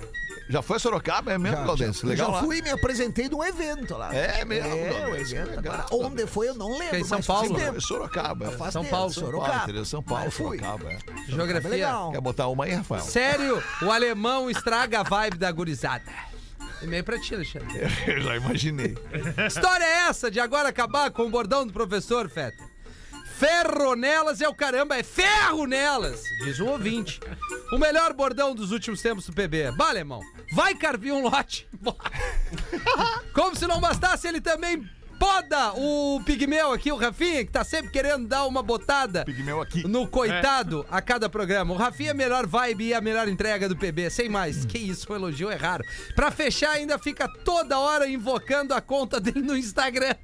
Speaker 4: Já foi a Sorocaba? É mesmo, Galdense?
Speaker 6: Eu
Speaker 4: Legal
Speaker 6: já
Speaker 4: lá.
Speaker 6: fui e me apresentei num evento lá.
Speaker 4: É mesmo,
Speaker 6: É, um
Speaker 4: Galdense,
Speaker 6: evento.
Speaker 4: legal.
Speaker 6: Agora, onde foi eu não lembro.
Speaker 7: Foi em São
Speaker 6: mas
Speaker 7: Paulo?
Speaker 6: faz tempo.
Speaker 4: É Sorocaba. é.
Speaker 6: Faz
Speaker 7: São
Speaker 6: tempo,
Speaker 7: Paulo.
Speaker 4: Ah,
Speaker 6: Sorocaba.
Speaker 4: entendeu? São
Speaker 6: Mas
Speaker 4: Paulo,
Speaker 6: eu fui.
Speaker 4: Sorocaba. é.
Speaker 7: Geografia.
Speaker 6: legal.
Speaker 4: Quer botar uma aí, Rafael?
Speaker 7: Sério, o alemão estraga a vibe da gurizada. E-mail pra
Speaker 4: [LAUGHS]
Speaker 7: ti, Alexandre.
Speaker 4: Eu já imaginei.
Speaker 7: História é essa de agora acabar com o bordão do professor, Feta? Ferro nelas é o caramba, é ferro nelas, diz um ouvinte. O melhor bordão dos últimos tempos do PB. Bah, alemão, vai carpir um lote. [LAUGHS] Como se não bastasse, ele também poda o pigmeu aqui, o Rafinha, que tá sempre querendo dar uma botada
Speaker 4: Pigmeu aqui. É.
Speaker 7: no coitado a cada programa. O Rafinha é a melhor vibe e a melhor entrega do PB, sem mais. Que isso, um elogio é raro. Pra fechar, ainda fica toda hora invocando a conta dele no Instagram.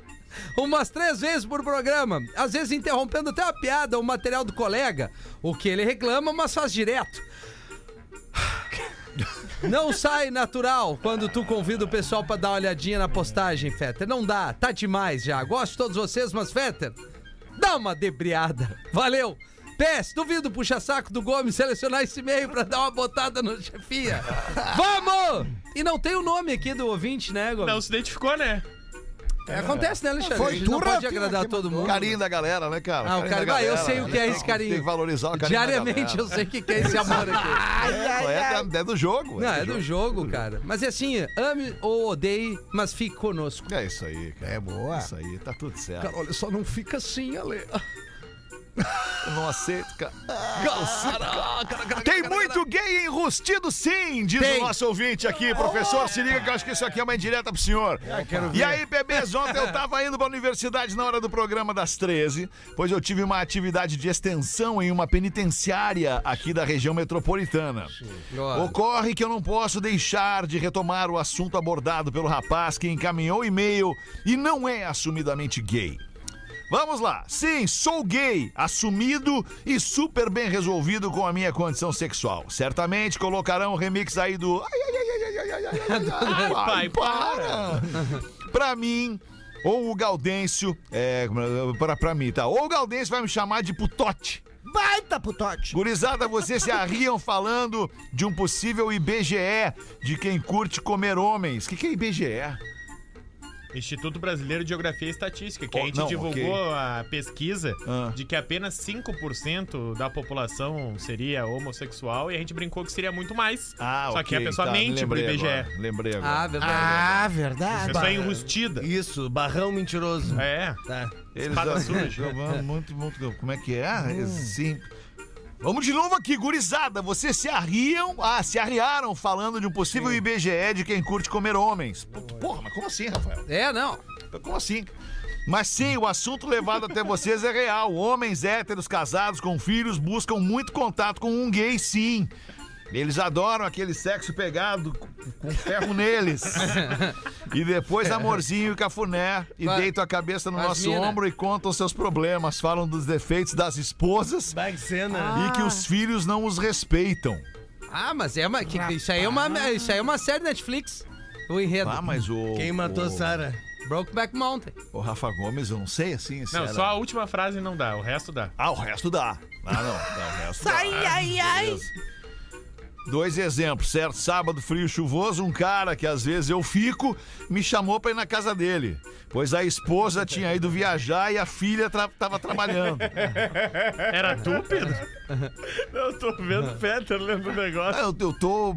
Speaker 7: Umas três vezes por programa, às vezes interrompendo até uma piada ou material do colega, o que ele reclama, mas faz direto. Não sai natural quando tu convida o pessoal pra dar uma olhadinha na postagem, Fetter. Não dá, tá demais já. Gosto de todos vocês, mas Fetter, dá uma debriada. Valeu. PS, duvido puxa saco do Gomes selecionar esse e-mail pra dar uma botada no chefia. Vamos! E não tem o nome aqui do ouvinte, né, Gomes?
Speaker 5: Não se identificou, né?
Speaker 7: Acontece, né, Alexandre?
Speaker 6: Foi
Speaker 7: A gente
Speaker 6: tu,
Speaker 7: não pode
Speaker 6: Rafinha,
Speaker 7: agradar
Speaker 6: que
Speaker 7: todo
Speaker 6: mandou.
Speaker 7: mundo.
Speaker 4: Carinho da galera, né, cara?
Speaker 7: Ah, o
Speaker 4: Carinho da
Speaker 7: carinho- ah, eu
Speaker 4: galera, né?
Speaker 7: sei o que é
Speaker 4: Tem
Speaker 7: esse carinho.
Speaker 4: Tem que valorizar o carinho
Speaker 7: Diariamente eu
Speaker 4: da galera.
Speaker 7: sei o que que é esse amor aqui.
Speaker 4: É, é do jogo.
Speaker 7: Não, é do jogo, cara. Mas é assim, ame ou odeie, mas fique conosco.
Speaker 4: É isso aí, cara. É boa. Isso aí, tá tudo certo.
Speaker 7: olha, só não fica assim, Ale.
Speaker 4: Eu não aceito, cara. Tem muito gay enrustido, sim, diz
Speaker 7: Tem.
Speaker 4: o nosso ouvinte aqui. Professor, se liga que eu acho que isso aqui é uma indireta pro senhor. E aí, bebês, ontem eu tava indo pra universidade na hora do programa das 13, pois eu tive uma atividade de extensão em uma penitenciária aqui da região metropolitana. Ocorre que eu não posso deixar de retomar o assunto abordado pelo rapaz que encaminhou o e-mail e não é assumidamente gay. Vamos lá. Sim, sou gay, assumido e super bem resolvido com a minha condição sexual. Certamente colocarão o remix aí do. Ai, ai, ai, ai, ai, ai, ai, ai, ai, ai,
Speaker 5: pai,
Speaker 4: para! pra mim. Ou o Gaudêncio, é, pra, pra mim, tá? Ou o Gaudêncio vai me chamar de putote.
Speaker 6: Baita putote.
Speaker 4: Gurizada, vocês se arriam falando de um possível IBGE de quem curte comer homens. O que, que é IBGE?
Speaker 5: Instituto Brasileiro de Geografia e Estatística, que
Speaker 4: Oh,
Speaker 5: a gente
Speaker 4: não,
Speaker 5: divulgou a pesquisa
Speaker 4: Ah.
Speaker 5: de que apenas 5% da população seria homossexual e a gente brincou que seria muito mais. Só que
Speaker 4: ok,
Speaker 5: a pessoa
Speaker 4: tá,
Speaker 5: mente pro
Speaker 4: lembrei
Speaker 5: IBGE.
Speaker 4: agora, lembrei agora.
Speaker 7: Ah, verdade.
Speaker 6: Ah,
Speaker 5: A
Speaker 6: verdade.
Speaker 5: pessoa é enrustida.
Speaker 8: Isso, barrão mentiroso.
Speaker 5: É.
Speaker 8: Tá.
Speaker 4: Eles
Speaker 5: Espada
Speaker 4: [LAUGHS] dão-
Speaker 5: suja.
Speaker 4: Vamos, muito, muito. Como é que é? Sim. Vamos de novo aqui, gurizada. Vocês se arriam, ah, se arriaram falando de um possível IBGE de quem curte comer homens. Puta, Porra, mas como assim, Rafael?
Speaker 7: É, não.
Speaker 4: Como assim? Mas sim, o assunto levado até vocês é real. Homens héteros casados com filhos buscam muito contato com um gay, sim. Eles adoram aquele sexo pegado com- com ferro neles. E depois amorzinho e cafuné. E
Speaker 7: Vai.
Speaker 4: deitam a cabeça no
Speaker 7: As
Speaker 4: nosso
Speaker 7: mina.
Speaker 4: ombro e contam seus problemas. Falam dos defeitos das esposas
Speaker 8: Vai que
Speaker 9: Ah.
Speaker 8: cena.
Speaker 4: e que os filhos não os respeitam.
Speaker 7: Ah, mas é uma. que- isso, aí é uma isso aí é uma série Netflix. O enredo.
Speaker 4: Ah, mas o.
Speaker 8: Quem matou
Speaker 4: o,
Speaker 8: Sara?
Speaker 7: Brokeback Mountain.
Speaker 4: O Rafa Gomes, eu não sei assim. se
Speaker 5: Não,
Speaker 4: era-
Speaker 5: só a última frase não dá, o resto dá.
Speaker 4: Ah, o resto dá. Ah, não. não o resto dá. Ai, ai, ai. Dois exemplos, certo? Sábado frio e chuvoso, um cara que às vezes eu fico me chamou pra ir na casa dele, pois a esposa tinha ido viajar e a filha tra tava trabalhando.
Speaker 7: [LAUGHS]
Speaker 4: é.
Speaker 5: Era tu,
Speaker 4: [LAUGHS]
Speaker 5: Pedro? Eu tô vendo o Peter lendo o
Speaker 4: Ah,
Speaker 5: negócio.
Speaker 4: Eu, eu tô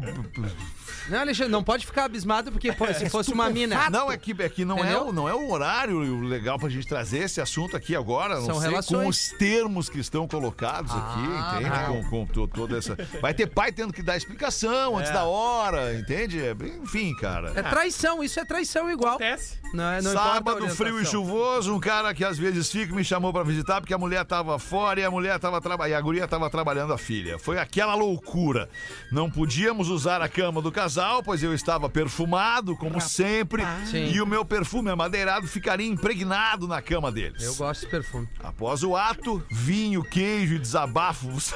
Speaker 7: Não, Alexandre, não pode ficar abismado porque pô,
Speaker 4: [LAUGHS]
Speaker 7: se fosse uma mina.
Speaker 4: Não, é que, é que não, é,
Speaker 7: Entendeu?
Speaker 4: o- não é o horário legal pra gente trazer esse assunto aqui agora. Não
Speaker 7: São
Speaker 4: sei com
Speaker 7: relações.
Speaker 4: os termos que estão colocados
Speaker 7: Ah,
Speaker 4: aqui, entende?
Speaker 7: tá.
Speaker 4: Com, com to- toda essa. Vai ter pai tendo que dar explicação antes da hora, entende? É bem- Enfim, cara.
Speaker 7: É traição, isso é traição igual.
Speaker 5: [LAUGHS] Acontece.
Speaker 7: Não, é- não importa a
Speaker 4: Sábado, frio e
Speaker 7: orientação.
Speaker 4: chuvoso, um cara que às vezes fica me chamou pra visitar porque a mulher tava fora e a mulher tava trabalhando, a guria tava trabalhando a filha. Foi aquela loucura. Não podíamos usar a cama do casal, pois eu estava perfumado, como sempre,
Speaker 7: Sim.
Speaker 4: e o meu perfume amadeirado ficaria impregnado na cama deles.
Speaker 7: Eu gosto desse perfume.
Speaker 4: Após o ato, vinho, queijo e [LAUGHS] desabafos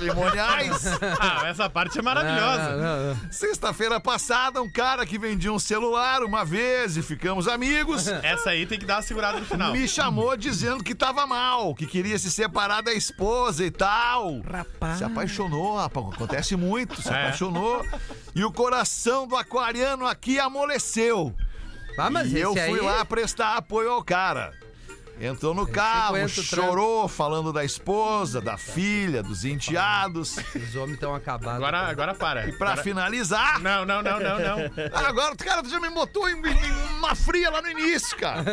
Speaker 4: matrimoniais.
Speaker 5: Ah, essa parte é maravilhosa.
Speaker 7: Ah, ah, ah.
Speaker 4: Sexta-feira passada, um cara que vendia um celular uma vez e ficamos
Speaker 7: [LAUGHS]
Speaker 4: amigos.
Speaker 5: Essa aí tem que dar uma segurada no final.
Speaker 4: Me chamou dizendo que tava mal, que queria se separar da esposa e tal.
Speaker 6: Rapaz.
Speaker 4: Se apaixonou, rapaz. Acontece muito, se apaixonou. E o coração do aquariano aqui amoleceu.
Speaker 7: Ah, mas
Speaker 4: e eu
Speaker 7: esse
Speaker 4: fui
Speaker 7: aí-
Speaker 4: lá prestar apoio ao cara. Entrou no carro,
Speaker 7: aguenta o
Speaker 4: chorou, falando da esposa, da filha, dos enteados.
Speaker 7: Os homens estão acabados.
Speaker 5: Agora, agora para.
Speaker 4: E pra finalizar,
Speaker 5: Não, não, não,
Speaker 4: [LAUGHS]
Speaker 5: não, não.
Speaker 4: Ah, agora o cara tu já me botou em, em uma fria lá no início, cara.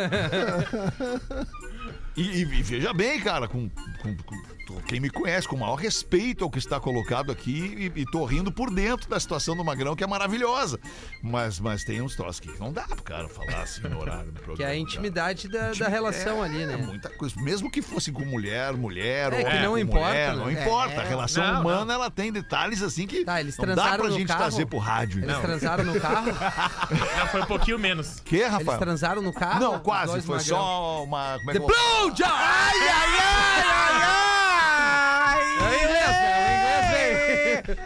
Speaker 4: E, e- e veja bem, cara, com, com- com- quem me conhece, com o maior respeito ao que está colocado aqui, e, e tô rindo por dentro da situação do Magrão, que é maravilhosa. Mas, mas tem uns troços que não dá pro cara falar assim no horário do programa.
Speaker 7: Que é a
Speaker 4: cara.
Speaker 7: intimidade da, da relação
Speaker 4: É,
Speaker 7: ali, né?
Speaker 4: É muita coisa. Mesmo que fosse com mulher, mulher,
Speaker 7: É,
Speaker 4: ou
Speaker 7: que
Speaker 4: homem
Speaker 7: não
Speaker 4: com
Speaker 7: importa,
Speaker 4: mulher, não
Speaker 7: né?
Speaker 4: importa. A relação
Speaker 5: Não, não.
Speaker 4: humana, ela tem detalhes assim que
Speaker 7: Tá, eles
Speaker 4: não dá
Speaker 7: transaram
Speaker 4: pra
Speaker 7: no
Speaker 4: gente
Speaker 7: carro?
Speaker 4: trazer pro rádio.
Speaker 7: Eles
Speaker 4: né?
Speaker 7: transaram
Speaker 4: [LAUGHS]
Speaker 7: no carro?
Speaker 5: Já foi um pouquinho menos.
Speaker 4: Que,
Speaker 7: Eles
Speaker 4: Rafael?
Speaker 7: transaram no
Speaker 4: [LAUGHS]
Speaker 7: carro?
Speaker 4: Não,
Speaker 7: Os
Speaker 4: quase.
Speaker 7: dois
Speaker 4: Foi
Speaker 7: magrão.
Speaker 4: só uma. Como é
Speaker 7: The
Speaker 4: que eu-
Speaker 7: Blowjob! Ai, ai, ai, ai, ai! É inglês, é inglês, vem.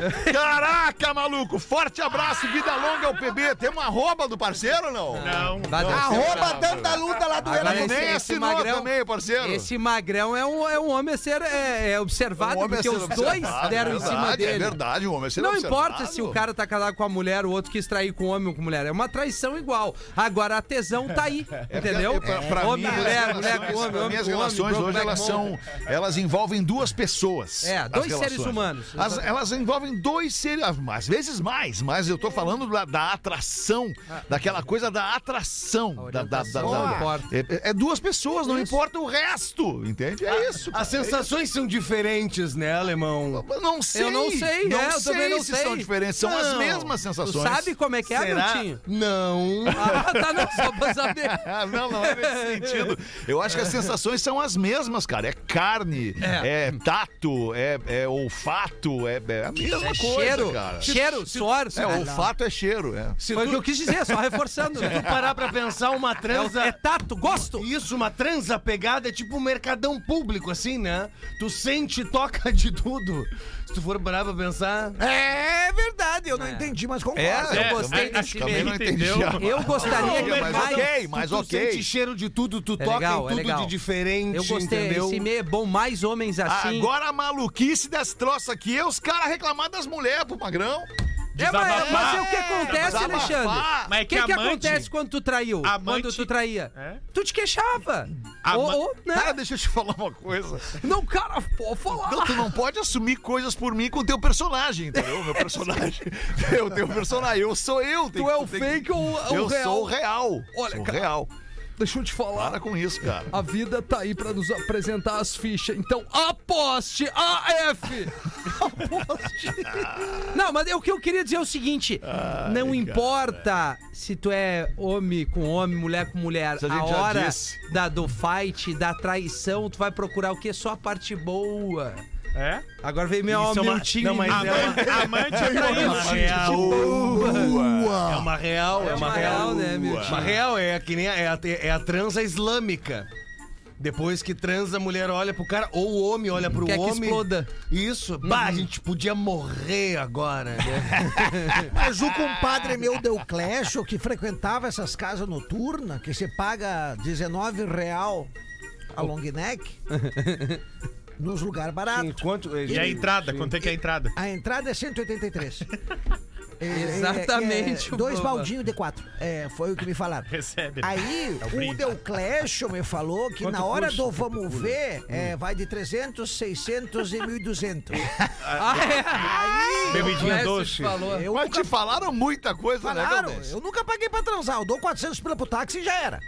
Speaker 4: [LAUGHS] Caraca, maluco! Forte abraço, vida longa ao PB. Tem uma arroba do parceiro ou não?
Speaker 5: Não.
Speaker 7: Vai dar
Speaker 6: Arroba Danda Luda lá do
Speaker 7: Agora
Speaker 6: Ela.
Speaker 4: Ele
Speaker 7: esse-
Speaker 4: nem
Speaker 7: esse
Speaker 4: assinou
Speaker 7: magrão-
Speaker 4: também, parceiro.
Speaker 7: Esse magrão é um, é um homem a ser é, é observado,
Speaker 4: Um homem
Speaker 7: porque
Speaker 4: a ser
Speaker 7: os dois
Speaker 4: observado,
Speaker 7: deram em cima
Speaker 4: verdade,
Speaker 7: dele.
Speaker 4: É verdade, um homem a ser
Speaker 7: Não
Speaker 4: observado.
Speaker 7: importa se o cara tá casado com a mulher, o outro quis trair com o homem ou com mulher. É uma traição igual. Agora a tesão tá aí, entendeu?
Speaker 4: [LAUGHS] É, pra, pra
Speaker 7: homem,
Speaker 4: mim,
Speaker 7: mulher,
Speaker 4: as
Speaker 7: mulher
Speaker 4: relações-
Speaker 7: com homem,
Speaker 4: pra mim,
Speaker 7: homem
Speaker 4: as
Speaker 7: com
Speaker 4: relações
Speaker 7: homem.
Speaker 4: hoje
Speaker 7: Brokeback
Speaker 4: elas são, elas envolvem duas pessoas.
Speaker 7: É,
Speaker 4: as
Speaker 7: dois
Speaker 4: relações.
Speaker 7: seres humanos.
Speaker 4: As- elas envolvem dois seres, ah, às vezes mais, mas eu tô falando da, da atração, daquela coisa da atração, da, da, da-
Speaker 7: Ah. orientação
Speaker 4: da-
Speaker 7: não importa.
Speaker 4: É, é duas pessoas, não importa o resto, entende? É
Speaker 7: Ah,
Speaker 4: isso.
Speaker 9: As sensações são diferentes, né, alemão?
Speaker 7: É
Speaker 4: Mas Não sei.
Speaker 7: Eu não sei,
Speaker 4: não
Speaker 7: é, eu
Speaker 4: sei
Speaker 7: também não
Speaker 4: se
Speaker 7: sei.
Speaker 4: são diferentes, são as
Speaker 9: Não.
Speaker 4: mesmas
Speaker 7: Tu
Speaker 4: sensações.
Speaker 7: sabe como é que é, Brutinho?
Speaker 9: Não.
Speaker 7: Ah, tá, não, só pra saber.
Speaker 4: Ah, [LAUGHS] não, não é nesse sentido. Eu acho que as sensações são as mesmas, cara. É carne, é, tato, é, é olfato, é, é a mesma coisa,
Speaker 7: É cheiro,
Speaker 4: cara.
Speaker 7: cheiro, suor.
Speaker 4: É,
Speaker 7: Ah, não.
Speaker 4: olfato é cheiro, é.
Speaker 7: Foi o que eu quis dizer, só reforçando. né?
Speaker 9: Parar pra pensar uma
Speaker 7: É, o-
Speaker 9: transa.
Speaker 7: é tato, gosto.
Speaker 9: Isso, uma transa pegada é tipo um mercadão público, assim, né? Tu sente e toca de tudo. Se tu for bravo pensar.
Speaker 6: É verdade, eu não entendi, mas concordo.
Speaker 4: É,
Speaker 5: É,
Speaker 7: eu gostei
Speaker 5: a-
Speaker 7: desse
Speaker 5: a-
Speaker 4: Também
Speaker 7: meio.
Speaker 4: não entendi.
Speaker 5: Entendeu?
Speaker 4: a-
Speaker 7: Eu gostaria que
Speaker 4: mas
Speaker 7: mais...
Speaker 4: ok,
Speaker 9: tu-
Speaker 4: mas
Speaker 9: tu
Speaker 4: ok.
Speaker 9: sente cheiro de tudo, tu
Speaker 7: É
Speaker 9: toca
Speaker 7: legal,
Speaker 9: em
Speaker 7: é
Speaker 9: tudo
Speaker 7: legal.
Speaker 9: de diferente,
Speaker 7: Eu gostei,
Speaker 9: entendeu?
Speaker 7: esse meio é bom, mais homens assim.
Speaker 4: Ah, Agora a maluquice desse troço aqui é os caras reclamar das mulheres pro magrão.
Speaker 7: É, mas,
Speaker 5: Desabafar.
Speaker 7: mas é o que acontece,
Speaker 4: Desabafar.
Speaker 7: Alexandre?
Speaker 5: Mas é
Speaker 7: O
Speaker 5: que
Speaker 7: que, que
Speaker 5: amante-
Speaker 7: acontece quando tu traiu?
Speaker 5: Amante-
Speaker 7: Quando tu traía?
Speaker 5: É?
Speaker 7: Tu te queixava.
Speaker 5: Ama-
Speaker 7: Ou, ou, né?
Speaker 4: Cara, deixa eu te falar uma coisa.
Speaker 7: Não, cara, pô, falar.
Speaker 4: Não, tu não pode assumir coisas por mim com o teu personagem, entendeu? Meu personagem. [LAUGHS] Eu tenho um personagem, eu sou eu. tem
Speaker 7: Tu
Speaker 4: que-
Speaker 7: é o
Speaker 4: tem que-
Speaker 7: fake ou é o
Speaker 4: Eu
Speaker 7: real?
Speaker 4: sou o real.
Speaker 7: Olha,
Speaker 4: sou o
Speaker 7: cara.
Speaker 4: real.
Speaker 7: Deixa eu te falar.
Speaker 4: Para com isso, cara.
Speaker 7: A vida tá aí pra nos apresentar as fichas. Então, aposte! AF! aposte! Não, mas eu- o que eu queria dizer é o seguinte: não importa se tu é homem com homem, mulher com mulher,
Speaker 4: Isso a
Speaker 7: a
Speaker 4: gente já
Speaker 7: hora
Speaker 4: disse.
Speaker 7: da, do fight, da traição, tu vai procurar o quê? Só a parte boa.
Speaker 5: É?
Speaker 7: Agora vem meu,
Speaker 9: Isso é uma-
Speaker 7: meu time.
Speaker 9: não, mas
Speaker 7: [LAUGHS]
Speaker 9: é uma-
Speaker 5: Amante, amante é pra
Speaker 9: uma
Speaker 5: isso.
Speaker 4: Ah,
Speaker 9: real.
Speaker 4: uh,
Speaker 9: É uma real, é
Speaker 7: É
Speaker 9: uma
Speaker 7: uma
Speaker 9: real.
Speaker 7: real, né, meu time?
Speaker 9: Uma real é que nem a, é a, é a transa islâmica. Depois que transa, a mulher olha pro cara, ou o homem olha pro
Speaker 7: Quer que
Speaker 9: homem.
Speaker 7: exploda. Uhum.
Speaker 9: Isso. Bah, a gente podia morrer agora. né?
Speaker 7: [LAUGHS]
Speaker 6: Mas o compadre meu deu clash, que frequentava essas casas noturnas, que você paga 19 real a long neck, nos lugares baratos.
Speaker 9: Enquanto.
Speaker 5: E a entrada, quanto é que é a entrada?
Speaker 6: [LAUGHS] A entrada é 183. É, é, é,
Speaker 7: Exatamente,
Speaker 6: é, dois
Speaker 7: boa.
Speaker 6: baldinhos de quatro. [LAUGHS] É, foi o que me falaram.
Speaker 5: Recebe.
Speaker 6: Aí o Deuclésio me falou que na hora do vamos ver, é, vai de 300, 600 e 1.200. [LAUGHS]
Speaker 7: Ah, é.
Speaker 8: Bebidinha
Speaker 7: O Clécio
Speaker 8: doce.
Speaker 7: Falou.
Speaker 6: Eu
Speaker 4: Mas
Speaker 6: nunca
Speaker 4: te falaram muita coisa, né,
Speaker 6: falaram,
Speaker 4: Galdês?
Speaker 6: eu nunca paguei pra transar, eu dou 400 pila pro táxi e já era.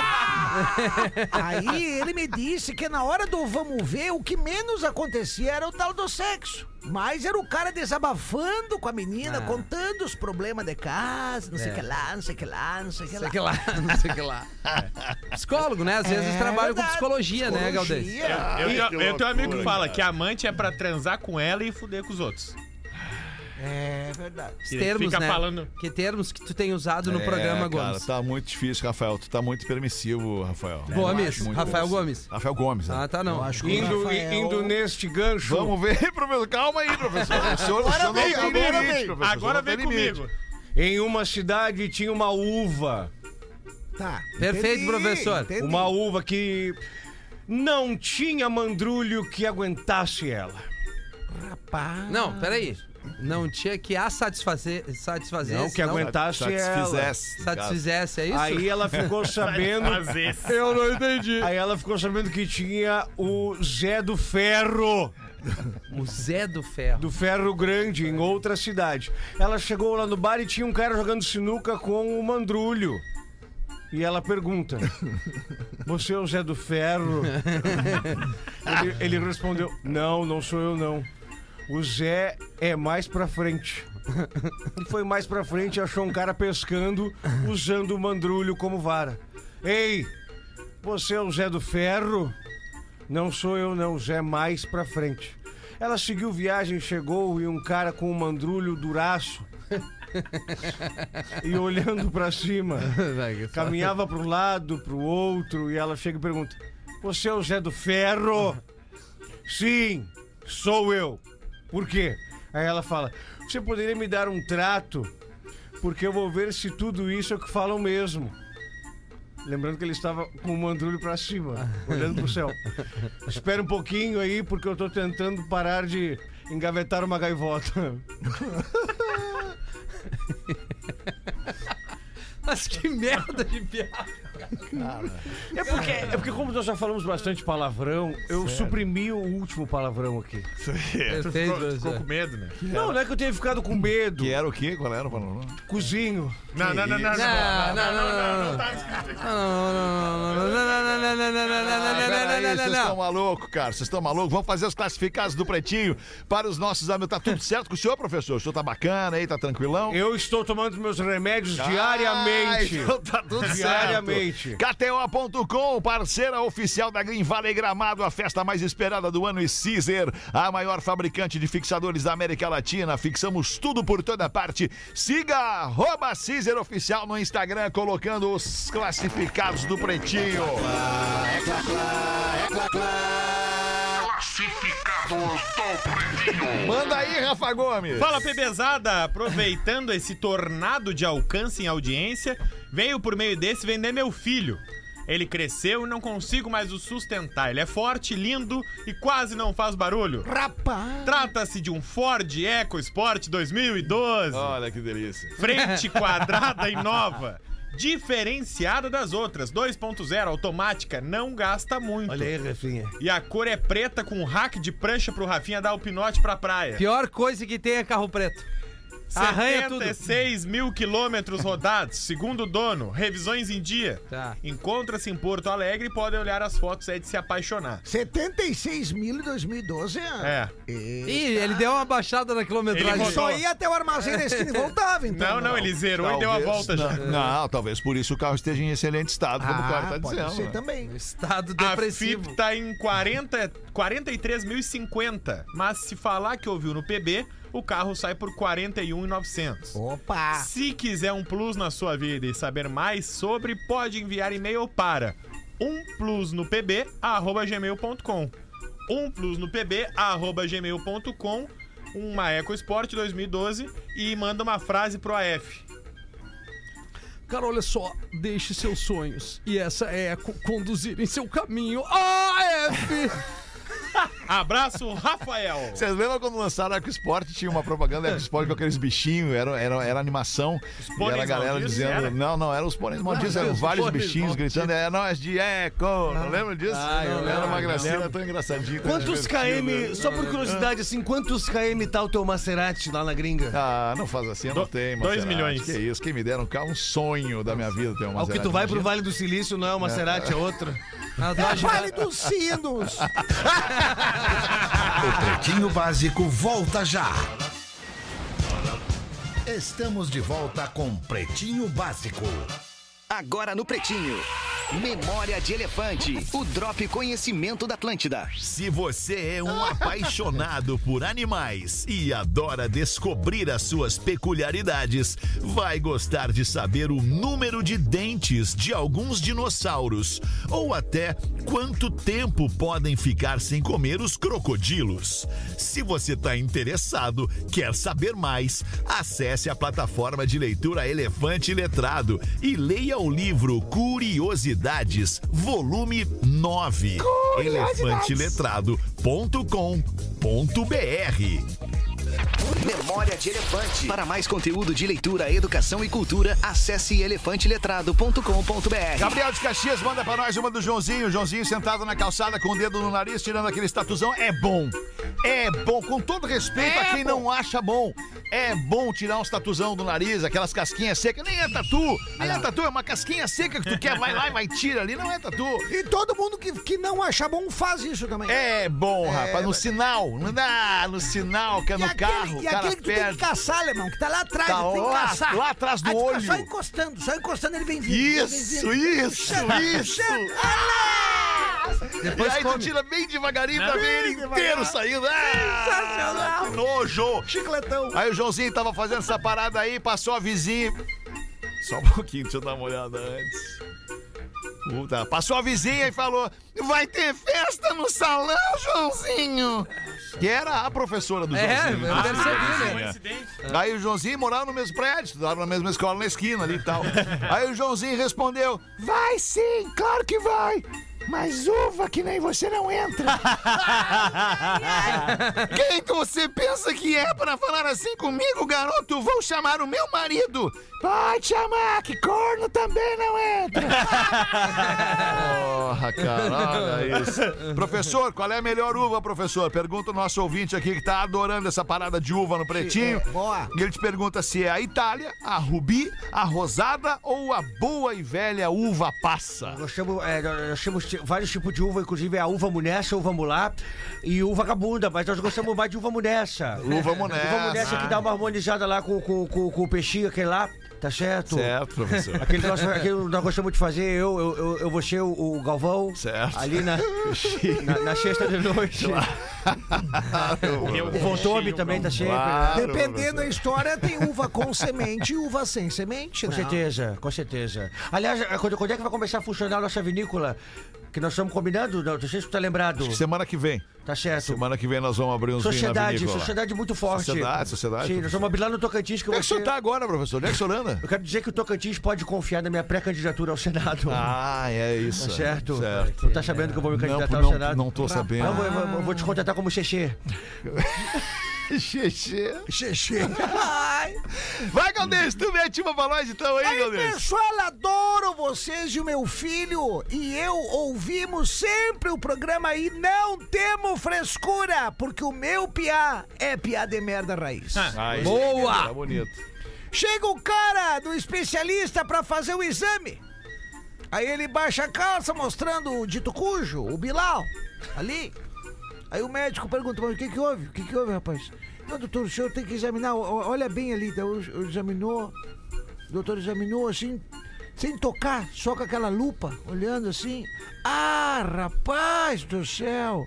Speaker 7: [LAUGHS]
Speaker 6: Aí ele me disse que na hora do vamos ver, o que menos acontecia era o tal do sexo. Mas era o cara desabafando com a
Speaker 7: Ah.
Speaker 6: menina, contando os problemas de casa, não sei o que lá, não sei o que lá, não sei o que
Speaker 7: É. Sei
Speaker 6: lá.
Speaker 7: que lá, não sei que lá. Psicólogo, né? Às vezes
Speaker 6: É
Speaker 7: trabalham com
Speaker 6: verdade.
Speaker 7: psicologia, né, Galdês?
Speaker 6: Psicologia.
Speaker 5: Eu,
Speaker 4: que
Speaker 5: eu, eu tenho um amigo que
Speaker 4: loucura,
Speaker 5: fala
Speaker 4: cara.
Speaker 5: que amante é pra transar com ela e fuder com os outros.
Speaker 6: É verdade.
Speaker 7: Os
Speaker 5: Ele
Speaker 7: termos,
Speaker 5: fica
Speaker 7: né?
Speaker 5: falando-
Speaker 7: Que termos que tu tem usado no
Speaker 4: É, cara,
Speaker 7: programa, Gomes?
Speaker 4: Tá muito difícil, Rafael. Tu tá muito permissivo, Rafael.
Speaker 7: Gomes,
Speaker 4: Eu acho muito
Speaker 7: Rafael
Speaker 4: permissivo.
Speaker 7: Gomes.
Speaker 4: Rafael Gomes, né?
Speaker 7: Ah, tá não.
Speaker 6: acho que-
Speaker 9: Indo,
Speaker 6: Rafael.
Speaker 9: indo neste gancho.
Speaker 4: Vamos ver, [LAUGHS] professor. Calma aí, professor. O senhor, o senhor
Speaker 5: vem,
Speaker 4: não tem
Speaker 5: agora
Speaker 4: limite,
Speaker 5: vem.
Speaker 4: professor.
Speaker 5: Agora
Speaker 4: Não tem
Speaker 5: vem comigo.
Speaker 4: limite.
Speaker 9: Em uma cidade tinha uma uva.
Speaker 6: Tá.
Speaker 7: Perfeito, professor.
Speaker 6: entendi.
Speaker 9: Uma uva que não tinha mandrulho que aguentasse ela.
Speaker 6: Pá.
Speaker 7: Não, peraí. Não tinha que a satisfazer. satisfazer
Speaker 9: Não, que
Speaker 7: senão
Speaker 9: aguentasse ela.
Speaker 4: Satisfizesse.
Speaker 7: Satisfizesse, é isso?
Speaker 9: Aí ela
Speaker 7: [LAUGHS]
Speaker 9: ficou sabendo.
Speaker 5: Às vezes.
Speaker 7: eu não entendi.
Speaker 9: Aí ela ficou sabendo que tinha o Zé do Ferro,
Speaker 7: O Zé do Ferro.
Speaker 9: do Ferro Grande, em outra cidade. Ela chegou lá no bar e tinha um cara jogando sinuca com o mandrulho. E ela pergunta: Você é o Zé do Ferro? Ele, ele respondeu: Não, não sou eu não. O Zé é mais pra frente. E foi mais pra frente e achou um cara pescando, usando o mandrulho como vara. Ei, você é o Zé do Ferro? Não sou eu, não, Zé, mais pra frente. Ela seguiu viagem, chegou e um cara com um mandrulho duraço. e olhando pra cima, caminhava para um lado, pro outro, e ela chega e pergunta: Você é o Zé do Ferro? Sim, sou eu. Por quê? Aí ela fala: Você poderia me dar um trato? Porque eu vou ver se tudo isso é o que falam mesmo. Lembrando que ele estava com o mandrulho para cima, olhando pro céu. Espera um pouquinho aí, porque eu tô tentando parar de engavetar uma gaivota.
Speaker 7: Mas que merda de piada.
Speaker 9: É porque, é porque como nós já falamos bastante palavrão, eu suprimi o último palavrão aqui.
Speaker 7: Perfeito,
Speaker 5: Ficou
Speaker 7: professor.
Speaker 5: com medo, né?
Speaker 9: Não, não é que eu tenha ficado com medo.
Speaker 4: Que é. era o quê? Qual era o panorama?
Speaker 9: Cozinho.
Speaker 5: Não, não, não, não, não.
Speaker 7: Não, não, não, não, não, não, não, não, não, não, não, não, não, não, não, não, não, não, não, não, não, não,
Speaker 4: Vocês
Speaker 7: não,
Speaker 4: estão malucos, cara. Vocês estão malucos. Vamos fazer os classificados do Pretinho para os nossos amigos. Tá tudo certo com o senhor, professor? O senhor tá bacana aí? Tá tranquilão?
Speaker 9: Eu estou tomando meus remédios
Speaker 4: Ah,
Speaker 9: diariamente.
Speaker 4: então tá tudo certo.
Speaker 9: Diariamente.
Speaker 4: KTO.com, parceira oficial da Green Valley Gramado, a festa mais esperada do ano e Caesar, a maior fabricante de fixadores da América Latina. Fixamos tudo por toda parte. Siga arroba Caesar Oficial no Instagram, colocando os classificados do Pretinho. Manda aí, Rafa Gomes.
Speaker 5: Fala, Pebezada! Aproveitando esse tornado de alcance em audiência, veio por meio desse vender meu filho. Ele cresceu e não consigo mais o sustentar. Ele é forte, lindo e quase não faz barulho.
Speaker 6: Rapaz.
Speaker 5: Trata-se de um Ford Eco Sport 2012.
Speaker 4: Olha que delícia.
Speaker 9: [LAUGHS]
Speaker 5: Frente quadrada e nova. Diferenciada das outras. 2.0, automática, não gasta muito.
Speaker 9: Olha aí, Rafinha.
Speaker 5: E a cor é preta com um rack de prancha pro Rafinha dar o pinote pra praia.
Speaker 7: Pior coisa que tem é carro preto. Arranha tudo.
Speaker 5: 76 mil quilômetros rodados, segundo o dono. Revisões em dia.
Speaker 7: Tá.
Speaker 5: Encontra-se em Porto Alegre e podem olhar as fotos aí de se apaixonar.
Speaker 6: 76 mil em 2012
Speaker 5: É.
Speaker 6: E...
Speaker 7: Ih, ele deu uma baixada na
Speaker 5: Ele
Speaker 7: quilometragem.
Speaker 5: voltou.
Speaker 6: Só ia até o armazém da esquina e voltava, então.
Speaker 5: Não, não, ele zerou e deu a volta já.
Speaker 4: não, não, talvez por isso o carro esteja em excelente estado, como o cara
Speaker 6: Ah,
Speaker 5: tá
Speaker 4: está
Speaker 6: pode
Speaker 4: dizendo.
Speaker 6: ser
Speaker 4: né?
Speaker 6: também.
Speaker 7: Estado
Speaker 5: A
Speaker 7: depressivo.
Speaker 5: FIP tá em 40, 43.050, mas se falar que ouviu no PB, o carro sai por 41,900.
Speaker 6: Opa!
Speaker 5: Se quiser um plus na sua vida e saber mais sobre, pode enviar e-mail para umplusnopb@gmail.com. umplusnopb@gmail.com, uma EcoSport 2012 e manda uma frase pro AF.
Speaker 7: Cara, olha só, deixe seus Ah,
Speaker 9: [LAUGHS]
Speaker 7: sonhos e essa é conduzir em seu caminho. AF!
Speaker 5: Abraço, Rafael.
Speaker 4: Vocês lembram quando lançaram Arco Esporte? Tinha uma propaganda Arco Esporte com aqueles bichinhos, era, era, era animação. E
Speaker 5: pôneis
Speaker 4: era a galera
Speaker 5: malditos,
Speaker 4: dizendo.
Speaker 5: era?
Speaker 4: Não, não, eram os pôneis malditos, eram
Speaker 7: os
Speaker 4: vários
Speaker 7: pôneis
Speaker 4: bichinhos
Speaker 7: malditos.
Speaker 4: gritando, é nós de eco.
Speaker 9: Ah.
Speaker 4: não lembra disso? era uma gracinha tão engraçadinha. tão
Speaker 9: Quantos
Speaker 4: divertida.
Speaker 9: KM, só por curiosidade, assim, quantos KM tá o teu Maserati lá na gringa?
Speaker 4: Ah, não faz assim, eu não
Speaker 5: Do-
Speaker 4: tem,
Speaker 5: dois milhões.
Speaker 4: Que isso, quem me deram um carro, um sonho da minha vida ter um uma
Speaker 9: Ao É que tu vai pro Vale do Silício, não é o Maserati, é
Speaker 7: [LAUGHS]
Speaker 9: outro.
Speaker 6: É Vale dos Sinos.
Speaker 2: Pretinho Básico volta já. Estamos de volta com Pretinho Básico.
Speaker 10: Agora no Pretinho. Memória de Elefante. O Drop Conhecimento da Atlântida.
Speaker 2: Se você é um apaixonado por animais e adora descobrir as suas peculiaridades, vai gostar de saber o número de dentes de alguns dinossauros ou até quanto tempo podem ficar sem comer os crocodilos. Se você está interessado, quer saber mais, acesse a plataforma de leitura Elefante Letrado e leia o livro Curiosidades, volume 9. elefanteletrado.com.br
Speaker 10: Memória de Elefante. Para mais conteúdo de leitura, educação e cultura, acesse elefanteletrado.com.br.
Speaker 4: Gabriel de Caxias manda pra nós uma do Joãozinho. Joãozinho sentado na calçada com o dedo no nariz, tirando aquele estatuzão. É bom. É bom. Com todo respeito
Speaker 6: É
Speaker 4: a quem não acha bom. É bom tirar um estatuzão do nariz, aquelas casquinhas secas. Nem é tatu. Nem é tatu. É uma casquinha seca que tu quer. Vai lá e vai tira ali. Não é tatu.
Speaker 6: E todo mundo que, que não acha bom faz isso também.
Speaker 4: É bom, rapaz. No sinal. Não dá. No sinal, que é
Speaker 6: E
Speaker 4: no
Speaker 6: aquele,
Speaker 4: carro.
Speaker 6: e
Speaker 4: o cara
Speaker 6: aquele que tu tem que
Speaker 4: perde.
Speaker 6: caçar, alemão, que tá lá atrás,
Speaker 4: Tá
Speaker 6: tu tem que
Speaker 4: lá-
Speaker 6: caçar.
Speaker 4: lá atrás do
Speaker 6: Aí tu fica
Speaker 4: olho.
Speaker 6: Só encostando, só encostando ele vem vindo. ele vem
Speaker 4: Isso,
Speaker 6: vindo.
Speaker 4: isso, isso.
Speaker 7: Depois
Speaker 4: e aí tu
Speaker 7: come.
Speaker 4: tira bem devagarinho pra ver ele
Speaker 6: devagar.
Speaker 4: inteiro saindo. Ah,
Speaker 6: Sensacional.
Speaker 4: que nojo.
Speaker 6: Chicletão.
Speaker 4: Aí o Joãozinho tava fazendo essa parada aí, passou a vizinha. Só um pouquinho, deixa eu dar uma olhada antes. Puta, passou a vizinha e falou: Vai ter festa no salão, Joãozinho! Que era a professora do
Speaker 7: É,
Speaker 4: Joãozinho.
Speaker 9: Ah,
Speaker 7: eu percebi, né?
Speaker 5: Coincidência.
Speaker 4: Aí É. o Joãozinho morava no mesmo prédio, estudava na mesma escola na esquina ali e tal. Aí o Joãozinho respondeu: Vai sim, claro que vai! Mas uva que nem você não entra! Quem que você pensa que é para falar assim comigo, garoto? Vou chamar o meu marido! Pode chamar, que corno também não entra! [LAUGHS] Porra, cara, olha isso. Professor, qual é a melhor uva, professor? Pergunta o nosso ouvinte aqui que tá adorando essa parada de uva no pretinho.
Speaker 6: É, boa.
Speaker 4: E ele te pergunta se é a Itália, a Rubi, a Rosada ou a boa e velha uva passa.
Speaker 9: Nós temos, é, nós temos ti- vários tipos de uva, inclusive a uva munessa, uva mulá [LAUGHS] e uva vagabunda, mas nós gostamos mais de uva munessa.
Speaker 4: Uva
Speaker 9: Uva munessa que
Speaker 4: monessa.
Speaker 9: dá uma harmonizada lá com, com, com, com o peixinho, aquele lá, tá certo?
Speaker 4: Certo, professor.
Speaker 9: Aquele nós, aquele nós gostamos de fazer, eu, eu, eu, eu você, o, o Galvão,
Speaker 4: Certo.
Speaker 9: ali na, na, na sexta de noite.
Speaker 5: Eu
Speaker 9: O Von Tome também tá sempre.
Speaker 4: Claro,
Speaker 6: Dependendo da história, tem uva com semente e uva sem semente,
Speaker 9: Com
Speaker 6: né?
Speaker 9: certeza, com certeza. Aliás, quando, quando é que vai começar a funcionar a nossa vinícola? Que nós estamos combinando? Não, não sei se tu tá lembrado.
Speaker 4: professor. Uhum. Semana que vem.
Speaker 9: Tá certo.
Speaker 4: Semana que vem nós vamos abrir uns vinhos na
Speaker 9: Sociedade,
Speaker 4: vinícola.
Speaker 9: sociedade muito forte.
Speaker 4: Sociedade, sociedade,
Speaker 9: Sim,
Speaker 4: professor.
Speaker 9: nós vamos abrir lá no Tocantins que eu
Speaker 4: Onde é
Speaker 9: vou
Speaker 4: que o senhor
Speaker 9: ser-
Speaker 4: tá agora, professor? Onde é que o senhor
Speaker 6: [LAUGHS]
Speaker 4: anda?
Speaker 9: Eu quero dizer que o Tocantins pode confiar na minha pré-candidatura ao Senado.
Speaker 4: Ah, é isso.
Speaker 9: Tá certo?
Speaker 4: Certo.
Speaker 6: [LAUGHS]
Speaker 9: Tu tá sabendo que eu vou me candidatar
Speaker 4: Não,
Speaker 9: ao
Speaker 4: não,
Speaker 9: Senado?
Speaker 4: não tô sabendo.
Speaker 9: Eu vou, eu vou- eu vou te contratar como xexê.
Speaker 4: Xexê.
Speaker 6: Xexê. [LAUGHS] Ai,
Speaker 4: Vai, Galdês, tu mete uma pra nós então aí,
Speaker 6: Aí,
Speaker 4: Galdês.
Speaker 6: pessoal, adoro vocês e o meu filho. E eu ouvimos sempre o programa e não temos frescura, porque o meu piá é piá de merda raiz.
Speaker 4: Ai,
Speaker 7: Boa!
Speaker 4: Tá bonito.
Speaker 6: Chega o cara do especialista pra fazer o exame. Aí ele baixa a calça mostrando o dito cujo, o Bilal, ali. Aí o médico pergunta, mas o que que houve? O que que houve, rapaz? Não, doutor, o senhor tem que examinar, o- o- olha bem ali. Então, o- o examinou, o doutor examinou assim, sem tocar, só com aquela lupa, olhando assim. Ah, rapaz do céu!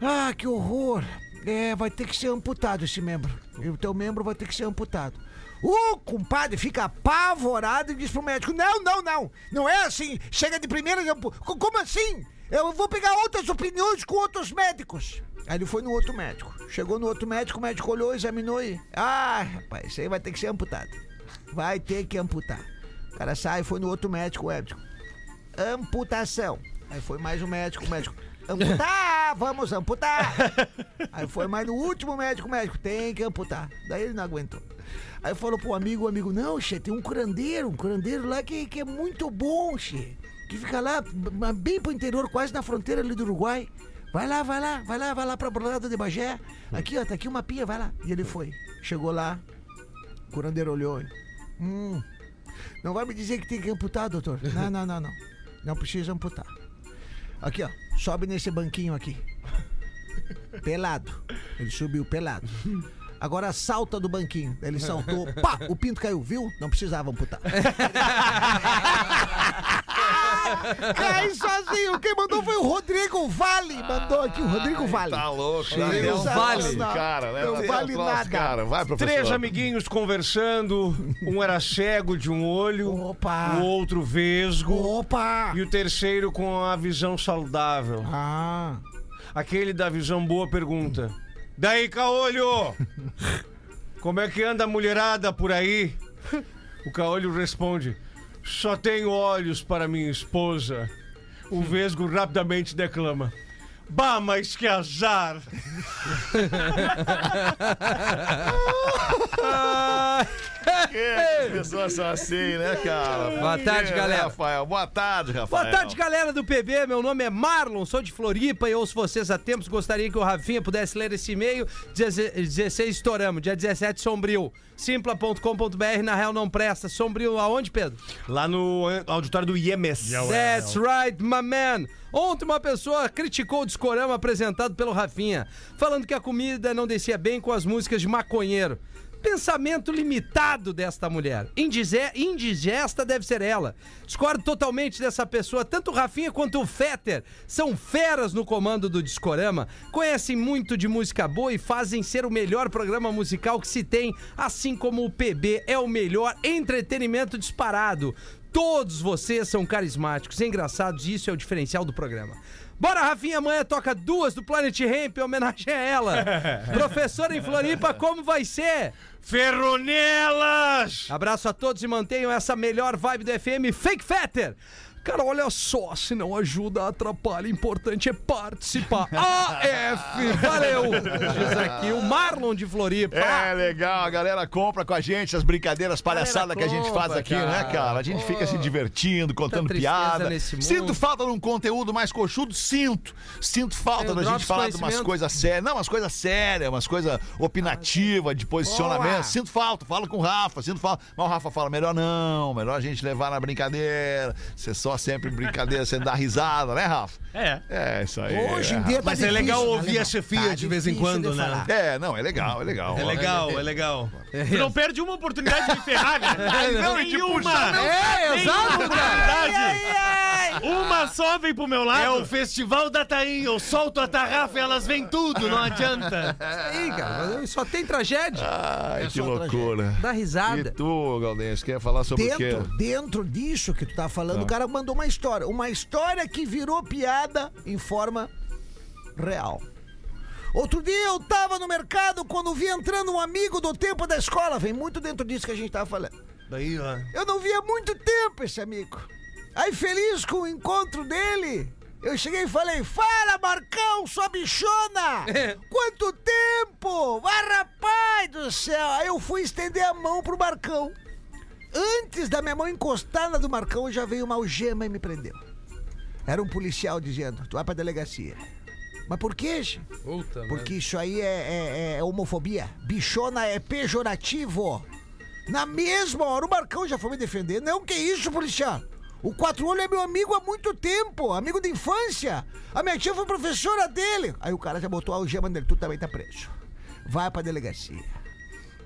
Speaker 6: Ah, que horror! É, vai ter que ser amputado esse membro. E o teu membro vai ter que ser amputado. O compadre fica apavorado e diz pro médico: Não, não, não! Não é assim! Chega de primeira. e ampu- Co- Como assim? Eu vou pegar outras opiniões com outros médicos. Aí ele foi no outro médico. Chegou no outro médico, o médico olhou, examinou e. Ah, rapaz, isso aí vai ter que ser amputado. Vai ter que amputar. O cara sai, foi no outro médico, o médico amputação. Aí foi mais um médico, o médico. amputar, vamos amputar. Aí foi, mas no último médico, o médico, tem que amputar. Daí ele não aguentou. Aí falou pro amigo, o amigo, não, che, tem um curandeiro, um curandeiro lá que, que é muito bom, che. Que fica lá, b- b- bem pro interior, quase na fronteira ali do Uruguai. Vai lá, vai lá, vai lá, vai lá pra Borlada de Bagé. Aqui, ó, tá aqui uma pia, vai lá. E ele foi. Chegou lá, o curandeiro olhou. Hum, não vai me dizer que tem que amputar, doutor. Não, não, não, não. Não precisa amputar. Aqui, ó. Sobe nesse banquinho aqui. Pelado. Ele subiu pelado. Agora salta do banquinho. Ele saltou. Pá! O pinto caiu, viu? Não precisava amputar. Cai É sozinho. Quem mandou foi o Rodrigo Vale. Mandou aqui o Rodrigo Vale.
Speaker 4: Tá louco, tá
Speaker 6: Rodrigo
Speaker 4: Deus
Speaker 6: Vale.
Speaker 4: Cara, né?
Speaker 6: Não
Speaker 4: Deus
Speaker 6: vale
Speaker 4: troço,
Speaker 6: nada.
Speaker 4: Cara. Vai, professor.
Speaker 9: Três amiguinhos conversando, um era cego de um olho,
Speaker 6: Opa.
Speaker 9: o outro vesgo
Speaker 6: Opa!
Speaker 9: e o terceiro com a visão saudável.
Speaker 6: Ah!
Speaker 9: Aquele da visão boa pergunta: Daí, Caolho, como é que anda a mulherada por aí? O Caolho responde: Só tenho olhos para minha esposa. O Vesgo rapidamente declama: Bah, mas que azar!
Speaker 4: As pessoas são assim, né, cara?
Speaker 7: Boa tarde,
Speaker 4: É,
Speaker 7: galera.
Speaker 4: Rafael. Boa tarde, Rafael.
Speaker 7: Boa tarde, galera do PB. Meu nome é Marlon, sou de Floripa e ouço vocês há tempos. Gostaria que o Rafinha pudesse ler esse e-mail. Deze- 16 estouramos, dia 17 sombrio. Simpla.com.br, na real não presta. Sombrio aonde, Pedro?
Speaker 9: Lá no auditório do IEMES.
Speaker 6: é
Speaker 7: That's right, my man. Ontem uma pessoa criticou o discorama apresentado pelo Rafinha, falando que a comida não descia bem com as músicas de maconheiro. Pensamento limitado desta mulher. Indizé, indigesta deve ser ela. Discordo totalmente dessa pessoa. Tanto o Rafinha quanto o Fetter são feras no comando do Discorama. Conhecem muito de música boa e fazem ser o melhor programa musical que se tem, assim como o PB é o melhor entretenimento disparado. Todos vocês são carismáticos, engraçados, e isso é o diferencial do programa. Bora, Rafinha, amanhã toca duas do Planet Ramp, em homenagem a ela. Professora em Floripa, como vai ser?
Speaker 9: Ferronelas!
Speaker 7: Abraço a todos e mantenham essa melhor vibe do FM Fake Fetter. Cara, olha só, se não ajuda, atrapalha. Importante é participar. AF, valeu! Diz aqui o Marlon de Floripa.
Speaker 4: É legal, a galera compra com a gente as brincadeiras palhaçadas que a gente faz
Speaker 7: compra,
Speaker 4: aqui, né, cara? A gente fica se divertindo, contando
Speaker 7: tristeza
Speaker 4: piada.
Speaker 7: nesse mundo.
Speaker 4: Sinto falta de um conteúdo mais coxudo? Sinto. Sinto falta
Speaker 7: Eu
Speaker 4: da
Speaker 7: dropo
Speaker 4: gente falar de umas
Speaker 7: conhecimento.
Speaker 4: coisas sérias. Não, umas coisas sérias, umas coisas opinativas, de posicionamento.
Speaker 6: Boa.
Speaker 4: Sinto falta, falo com o Rafa, sinto falta. Mas o Rafa fala, melhor não, melhor a gente levar na brincadeira. Você só sempre brincadeira, você dá risada, né, Rafa?
Speaker 5: É.
Speaker 4: É, isso aí.
Speaker 6: Hoje
Speaker 4: é,
Speaker 6: em dia tá
Speaker 9: Mas é legal
Speaker 6: difícil, né,
Speaker 9: ouvir
Speaker 6: Leandro?
Speaker 9: a chefia de vez em
Speaker 6: difícil
Speaker 9: quando,
Speaker 6: de
Speaker 9: né?
Speaker 6: falar.
Speaker 4: É, não, é legal, é legal.
Speaker 9: É legal, é legal.
Speaker 5: Tu não perde uma oportunidade de
Speaker 9: [LAUGHS]
Speaker 5: me ferrar, né?
Speaker 4: Não, e de puxar, não.
Speaker 7: É, exato, cara.
Speaker 5: Uma só vem pro meu lado.
Speaker 9: É o Festival da Tainha, eu solto a tarrafa e elas vêm tudo, não adianta.
Speaker 7: Aí, cara, só tem tragédia.
Speaker 4: Ai, que loucura.
Speaker 7: Dá
Speaker 4: E
Speaker 7: risada.
Speaker 4: tu, Galdense, quer falar sobre
Speaker 6: dentro,
Speaker 4: o quê?
Speaker 6: dentro disso que tu tá falando, o cara mandou uma história. Uma história que virou piada em forma real. Outro dia eu tava no mercado quando vi entrando um amigo do tempo da escola. Vem muito dentro disso que a gente tava falando.
Speaker 9: Daí, ó.
Speaker 6: Eu não via há muito tempo esse amigo. Aí, feliz com o encontro dele, eu cheguei e falei: Fala, Marcão, sua
Speaker 9: [LAUGHS]
Speaker 6: bichona! Quanto tempo! Vai, rapaz do céu! Aí eu fui estender a mão pro Marcão. Antes da minha mão encostar na do Marcão, já veio uma algema e me prendeu. Era um policial dizendo: Tu vai pra delegacia. Mas por quê? Che?
Speaker 7: Puta,
Speaker 6: Porque isso aí é, é- é homofobia. Bichona é pejorativo. Na mesma hora, o Marcão já foi me defender. Não, que isso, policial? O Quatro Olho é meu amigo há muito tempo, amigo de infância. A minha tia foi professora dele. Aí o cara já botou a algema nele. Tu também tá preso. Vai pra delegacia.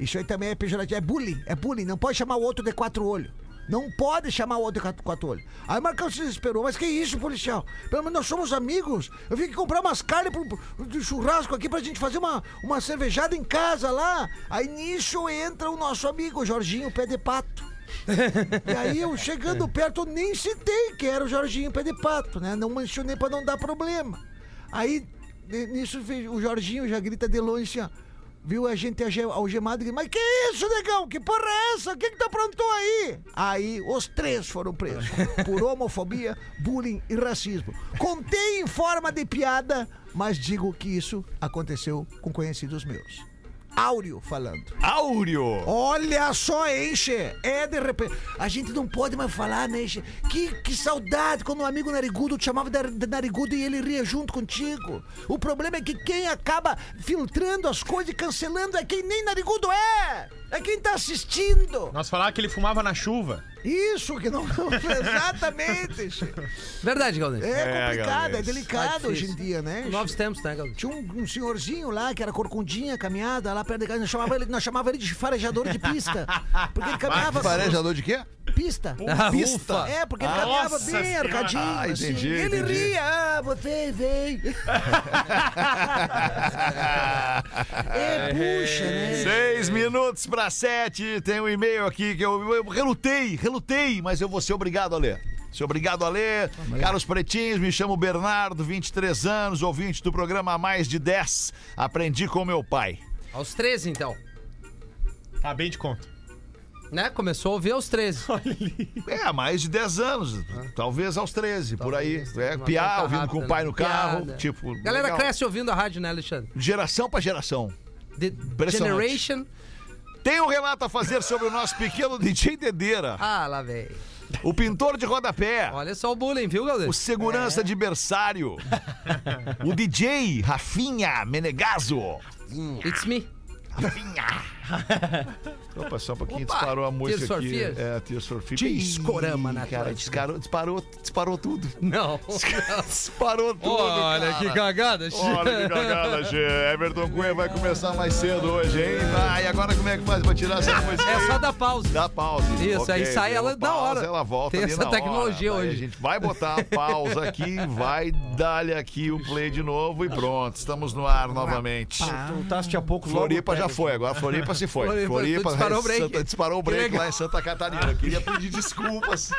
Speaker 6: Isso aí também é pejorativo. É bullying, é bullying. Não pode chamar o outro de quatro olhos. Não pode chamar o outro de quatro- quatro olhos. Aí o Marcão se desesperou. Mas que isso, policial? Pelo menos nós somos amigos. Eu vim aqui comprar umas carnes pro, pro- de churrasco aqui pra gente fazer uma, uma cervejada em casa lá. Aí nisso entra o nosso amigo, o Jorginho Pé de Pato. E aí eu chegando perto, eu nem citei que era o Jorginho Pé de Pato, né? Não mencionei pra não dar problema. Aí, n- nisso, o Jorginho já grita de longe assim, ó. viu a gente alge- algemado e disse, mas que isso, negão? Que porra é essa? O que que tu aprontou aí? Aí os três foram presos por homofobia, bullying e racismo. Contei em forma de piada, mas digo que isso aconteceu com conhecidos meus. Áureo falando.
Speaker 4: Áureo.
Speaker 6: Olha só, enche! É de repente. A gente não pode mais falar, né, enche? Que, que saudade quando um amigo narigudo te chamava de, de narigudo e ele ria junto contigo. O problema é que quem acaba filtrando as coisas e cancelando é quem nem narigudo é! É quem tá assistindo!
Speaker 5: Nós falávamos que ele fumava na chuva.
Speaker 6: Isso que não. [LAUGHS] Exatamente! enche.
Speaker 7: Verdade, Galdês.
Speaker 6: É complicado, é
Speaker 4: Galdês.
Speaker 6: delicado hoje em dia, né? enche?
Speaker 7: Novos tempos, né, Galdês?
Speaker 6: Tinha um, um senhorzinho lá que era corcundinha, caminhada lá perto de casa. Nós chamava ele, nós chamava ele de farejador de pista. Porque ele caminhava.
Speaker 11: Farejador de
Speaker 7: [LAUGHS]
Speaker 11: quê?
Speaker 6: Pista.
Speaker 7: Ah,
Speaker 6: Pista.
Speaker 7: ufa.
Speaker 6: É, porque ele caminhava
Speaker 5: Nossa
Speaker 6: bem
Speaker 5: Senhora.
Speaker 6: arcadinho.
Speaker 4: Ah,
Speaker 6: assim.
Speaker 4: entendi,
Speaker 6: E ele
Speaker 4: entendi.
Speaker 6: ria, ah, você vem. é, puxa, né?
Speaker 4: Seis minutos para sete. Tem um e-mail aqui que eu, eu relutei, relutei, mas eu vou ser obrigado a ler. Ser obrigado a ler. Caros Pretinhos, me chamo Bernardo, 23 anos, ouvinte do programa há mais de 10. Aprendi com meu pai.
Speaker 7: Aos 13, então.
Speaker 5: Tá bem de conta.
Speaker 7: Né? Começou a ouvir aos
Speaker 4: [LAUGHS]
Speaker 7: 13.
Speaker 4: É, há mais de 10 anos, talvez aos 13, por aí. É,
Speaker 7: Então, Uma
Speaker 4: piar,
Speaker 7: conta
Speaker 4: ouvindo com
Speaker 7: rápida,
Speaker 4: o pai
Speaker 7: né?
Speaker 4: no carro.
Speaker 7: Piada.
Speaker 4: Tipo,
Speaker 7: Galera
Speaker 4: legal.
Speaker 7: cresce ouvindo a rádio, né, Alexandre?
Speaker 4: Geração para geração.
Speaker 7: The Generation.
Speaker 4: Tem um relato a fazer sobre o nosso pequeno DJ Dedeira,
Speaker 7: Ah, lá vem.
Speaker 4: o pintor de rodapé.
Speaker 7: Olha só o bullying, viu, Galdês?
Speaker 4: O
Speaker 7: É.
Speaker 4: segurança de berçário. o DJ Rafinha Menegaso.
Speaker 7: It's me.
Speaker 4: Opa, só um pouquinho, disparou a música
Speaker 7: Tears for
Speaker 4: aqui.
Speaker 7: Fears.
Speaker 4: É, Tears for Fears.
Speaker 7: Discorama na
Speaker 4: Cara,
Speaker 7: Atlântida.
Speaker 4: disparou, disparou, disparou tudo. [LAUGHS]
Speaker 7: Não.
Speaker 4: Disparou tudo,
Speaker 7: Olha
Speaker 4: cara.
Speaker 7: que cagada, Chico.
Speaker 4: Olha que cagada, Gê. Everton Cunha vai começar mais cedo hoje, hein? Ah, e agora como é que faz pra tirar
Speaker 7: [LAUGHS]
Speaker 4: essa música?
Speaker 7: É
Speaker 4: aí?
Speaker 7: só dar pausa.
Speaker 4: Dá pausa.
Speaker 7: Isso,
Speaker 4: Ok,
Speaker 7: aí sai
Speaker 4: deu
Speaker 7: ela da
Speaker 4: pausa,
Speaker 7: hora.
Speaker 4: Ela volta
Speaker 7: Tem
Speaker 4: ali
Speaker 7: essa
Speaker 4: na hora.
Speaker 7: tecnologia
Speaker 4: Daí A
Speaker 7: hoje.
Speaker 4: gente vai botar a pausa
Speaker 7: [LAUGHS]
Speaker 4: aqui, vai dar-lhe aqui o play de novo e pronto. Estamos no ar novamente.
Speaker 9: Contaste há pouco logo.
Speaker 4: Floripa já foi, agora Floripa se foi.
Speaker 7: Floripa, tu disparou o break.
Speaker 4: Santa- disparou o break
Speaker 7: legal.
Speaker 4: lá em Santa Catarina. Eu Queria pedir desculpas.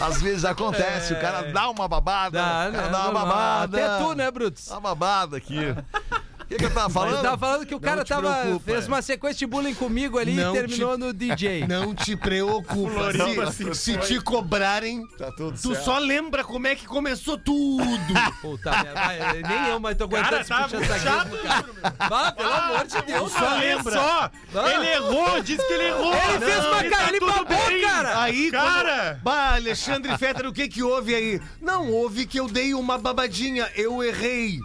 Speaker 4: Às vezes acontece, o cara dá uma babada.
Speaker 7: É. Dá,
Speaker 4: o cara
Speaker 7: né?
Speaker 4: dá uma
Speaker 7: Normal.
Speaker 4: babada.
Speaker 7: Até tu, né, Brutus?
Speaker 4: Dá uma babada aqui. O que, que eu tava
Speaker 7: Ele
Speaker 4: falando?
Speaker 7: tava falando que o cara
Speaker 9: te
Speaker 7: tava,
Speaker 9: preocupa,
Speaker 7: fez
Speaker 9: é.
Speaker 7: uma sequência de bullying comigo ali
Speaker 9: Não
Speaker 7: e terminou
Speaker 9: te-
Speaker 7: no [LAUGHS] DJ.
Speaker 9: Não te preocupa.
Speaker 5: Floripa
Speaker 9: se,
Speaker 5: se
Speaker 9: se te cobrarem,
Speaker 4: Tá tudo
Speaker 9: tu
Speaker 4: certo.
Speaker 9: só lembra como é que começou tudo.
Speaker 7: Puta merda, vai, nem eu, mas tô aguentando
Speaker 5: Cara,
Speaker 7: esse
Speaker 5: tá
Speaker 7: puxando
Speaker 5: puxado,
Speaker 7: saquismo, cara. Vá, pelo
Speaker 4: Ah,
Speaker 7: amor de Deus,
Speaker 9: Só
Speaker 7: cara.
Speaker 9: lembra.
Speaker 5: Só!
Speaker 7: Ah.
Speaker 5: Ele errou, disse que ele errou!
Speaker 7: Ele fez uma
Speaker 5: e
Speaker 7: cara, ele
Speaker 5: tudo
Speaker 7: babou,
Speaker 5: bem.
Speaker 7: cara.
Speaker 9: Aí, quando-
Speaker 5: Cara!
Speaker 9: Bah, Alexandre Fetter, o que que houve aí? Não, houve que eu dei uma babadinha, eu errei.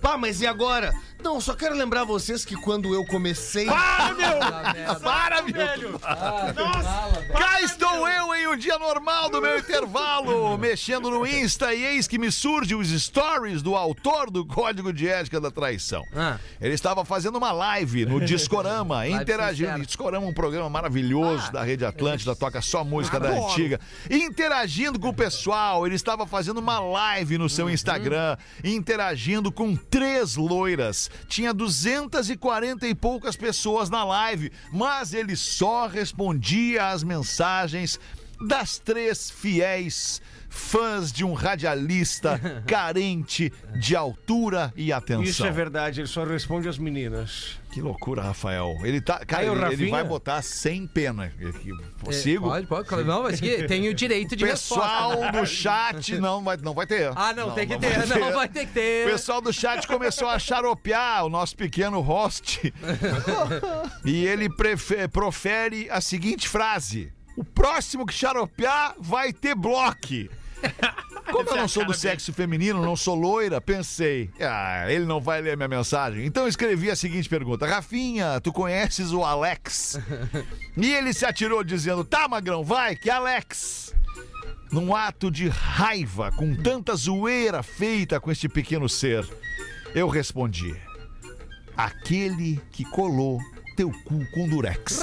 Speaker 9: Pá, mas e agora? Não, só quero lembrar vocês que quando eu comecei...
Speaker 4: Ah,
Speaker 5: Para, meu!
Speaker 7: merda.
Speaker 5: Para, velho!
Speaker 4: Cá estou eu em um dia normal do meu intervalo, mexendo no Insta e eis que me surge os stories do autor do Código de Ética da Traição.
Speaker 7: Ah.
Speaker 4: [LAUGHS] Ele estava fazendo uma live no Discorama, interagindo.
Speaker 7: sincera.
Speaker 4: Discorama é um programa maravilhoso da Rede Atlântida, toca só música da antiga. Interagindo com o pessoal, ele estava fazendo uma live no seu Instagram, interagindo com três loiras. Tinha 240 e poucas pessoas na live, mas ele só respondia às mensagens das três fiéis fãs de um radialista carente de altura e atenção.
Speaker 9: é verdade, ele só responde às meninas.
Speaker 4: Que loucura, Rafael. Ele tá. Cara,
Speaker 9: Aí, o
Speaker 4: ele, ele
Speaker 9: Rafinha?
Speaker 4: vai botar sem pena. Eu- eu- eu Sigo.
Speaker 7: É, Pode, pode, claro. Não, mas que tem o direito de resposta.
Speaker 4: Pessoal do chat. Não vai, não vai ter.
Speaker 7: Ah, não, tem que
Speaker 4: vai
Speaker 7: ter. Não, vai ter que ter.
Speaker 4: pessoal do chat começou a xaropear o nosso pequeno host. e ele prefe- profere a seguinte frase: O próximo que xaropear vai ter bloco. Como eu não sou do sexo feminino, não sou loira, pensei, ah, ele não vai ler minha mensagem. Então eu escrevi a seguinte pergunta: Rafinha, tu conheces o Alex? E ele se atirou dizendo: Tá, magrão, vai, que Alex. Num ato de raiva, com tanta zoeira feita com este pequeno ser, eu respondi: Aquele que colou teu cu com durex.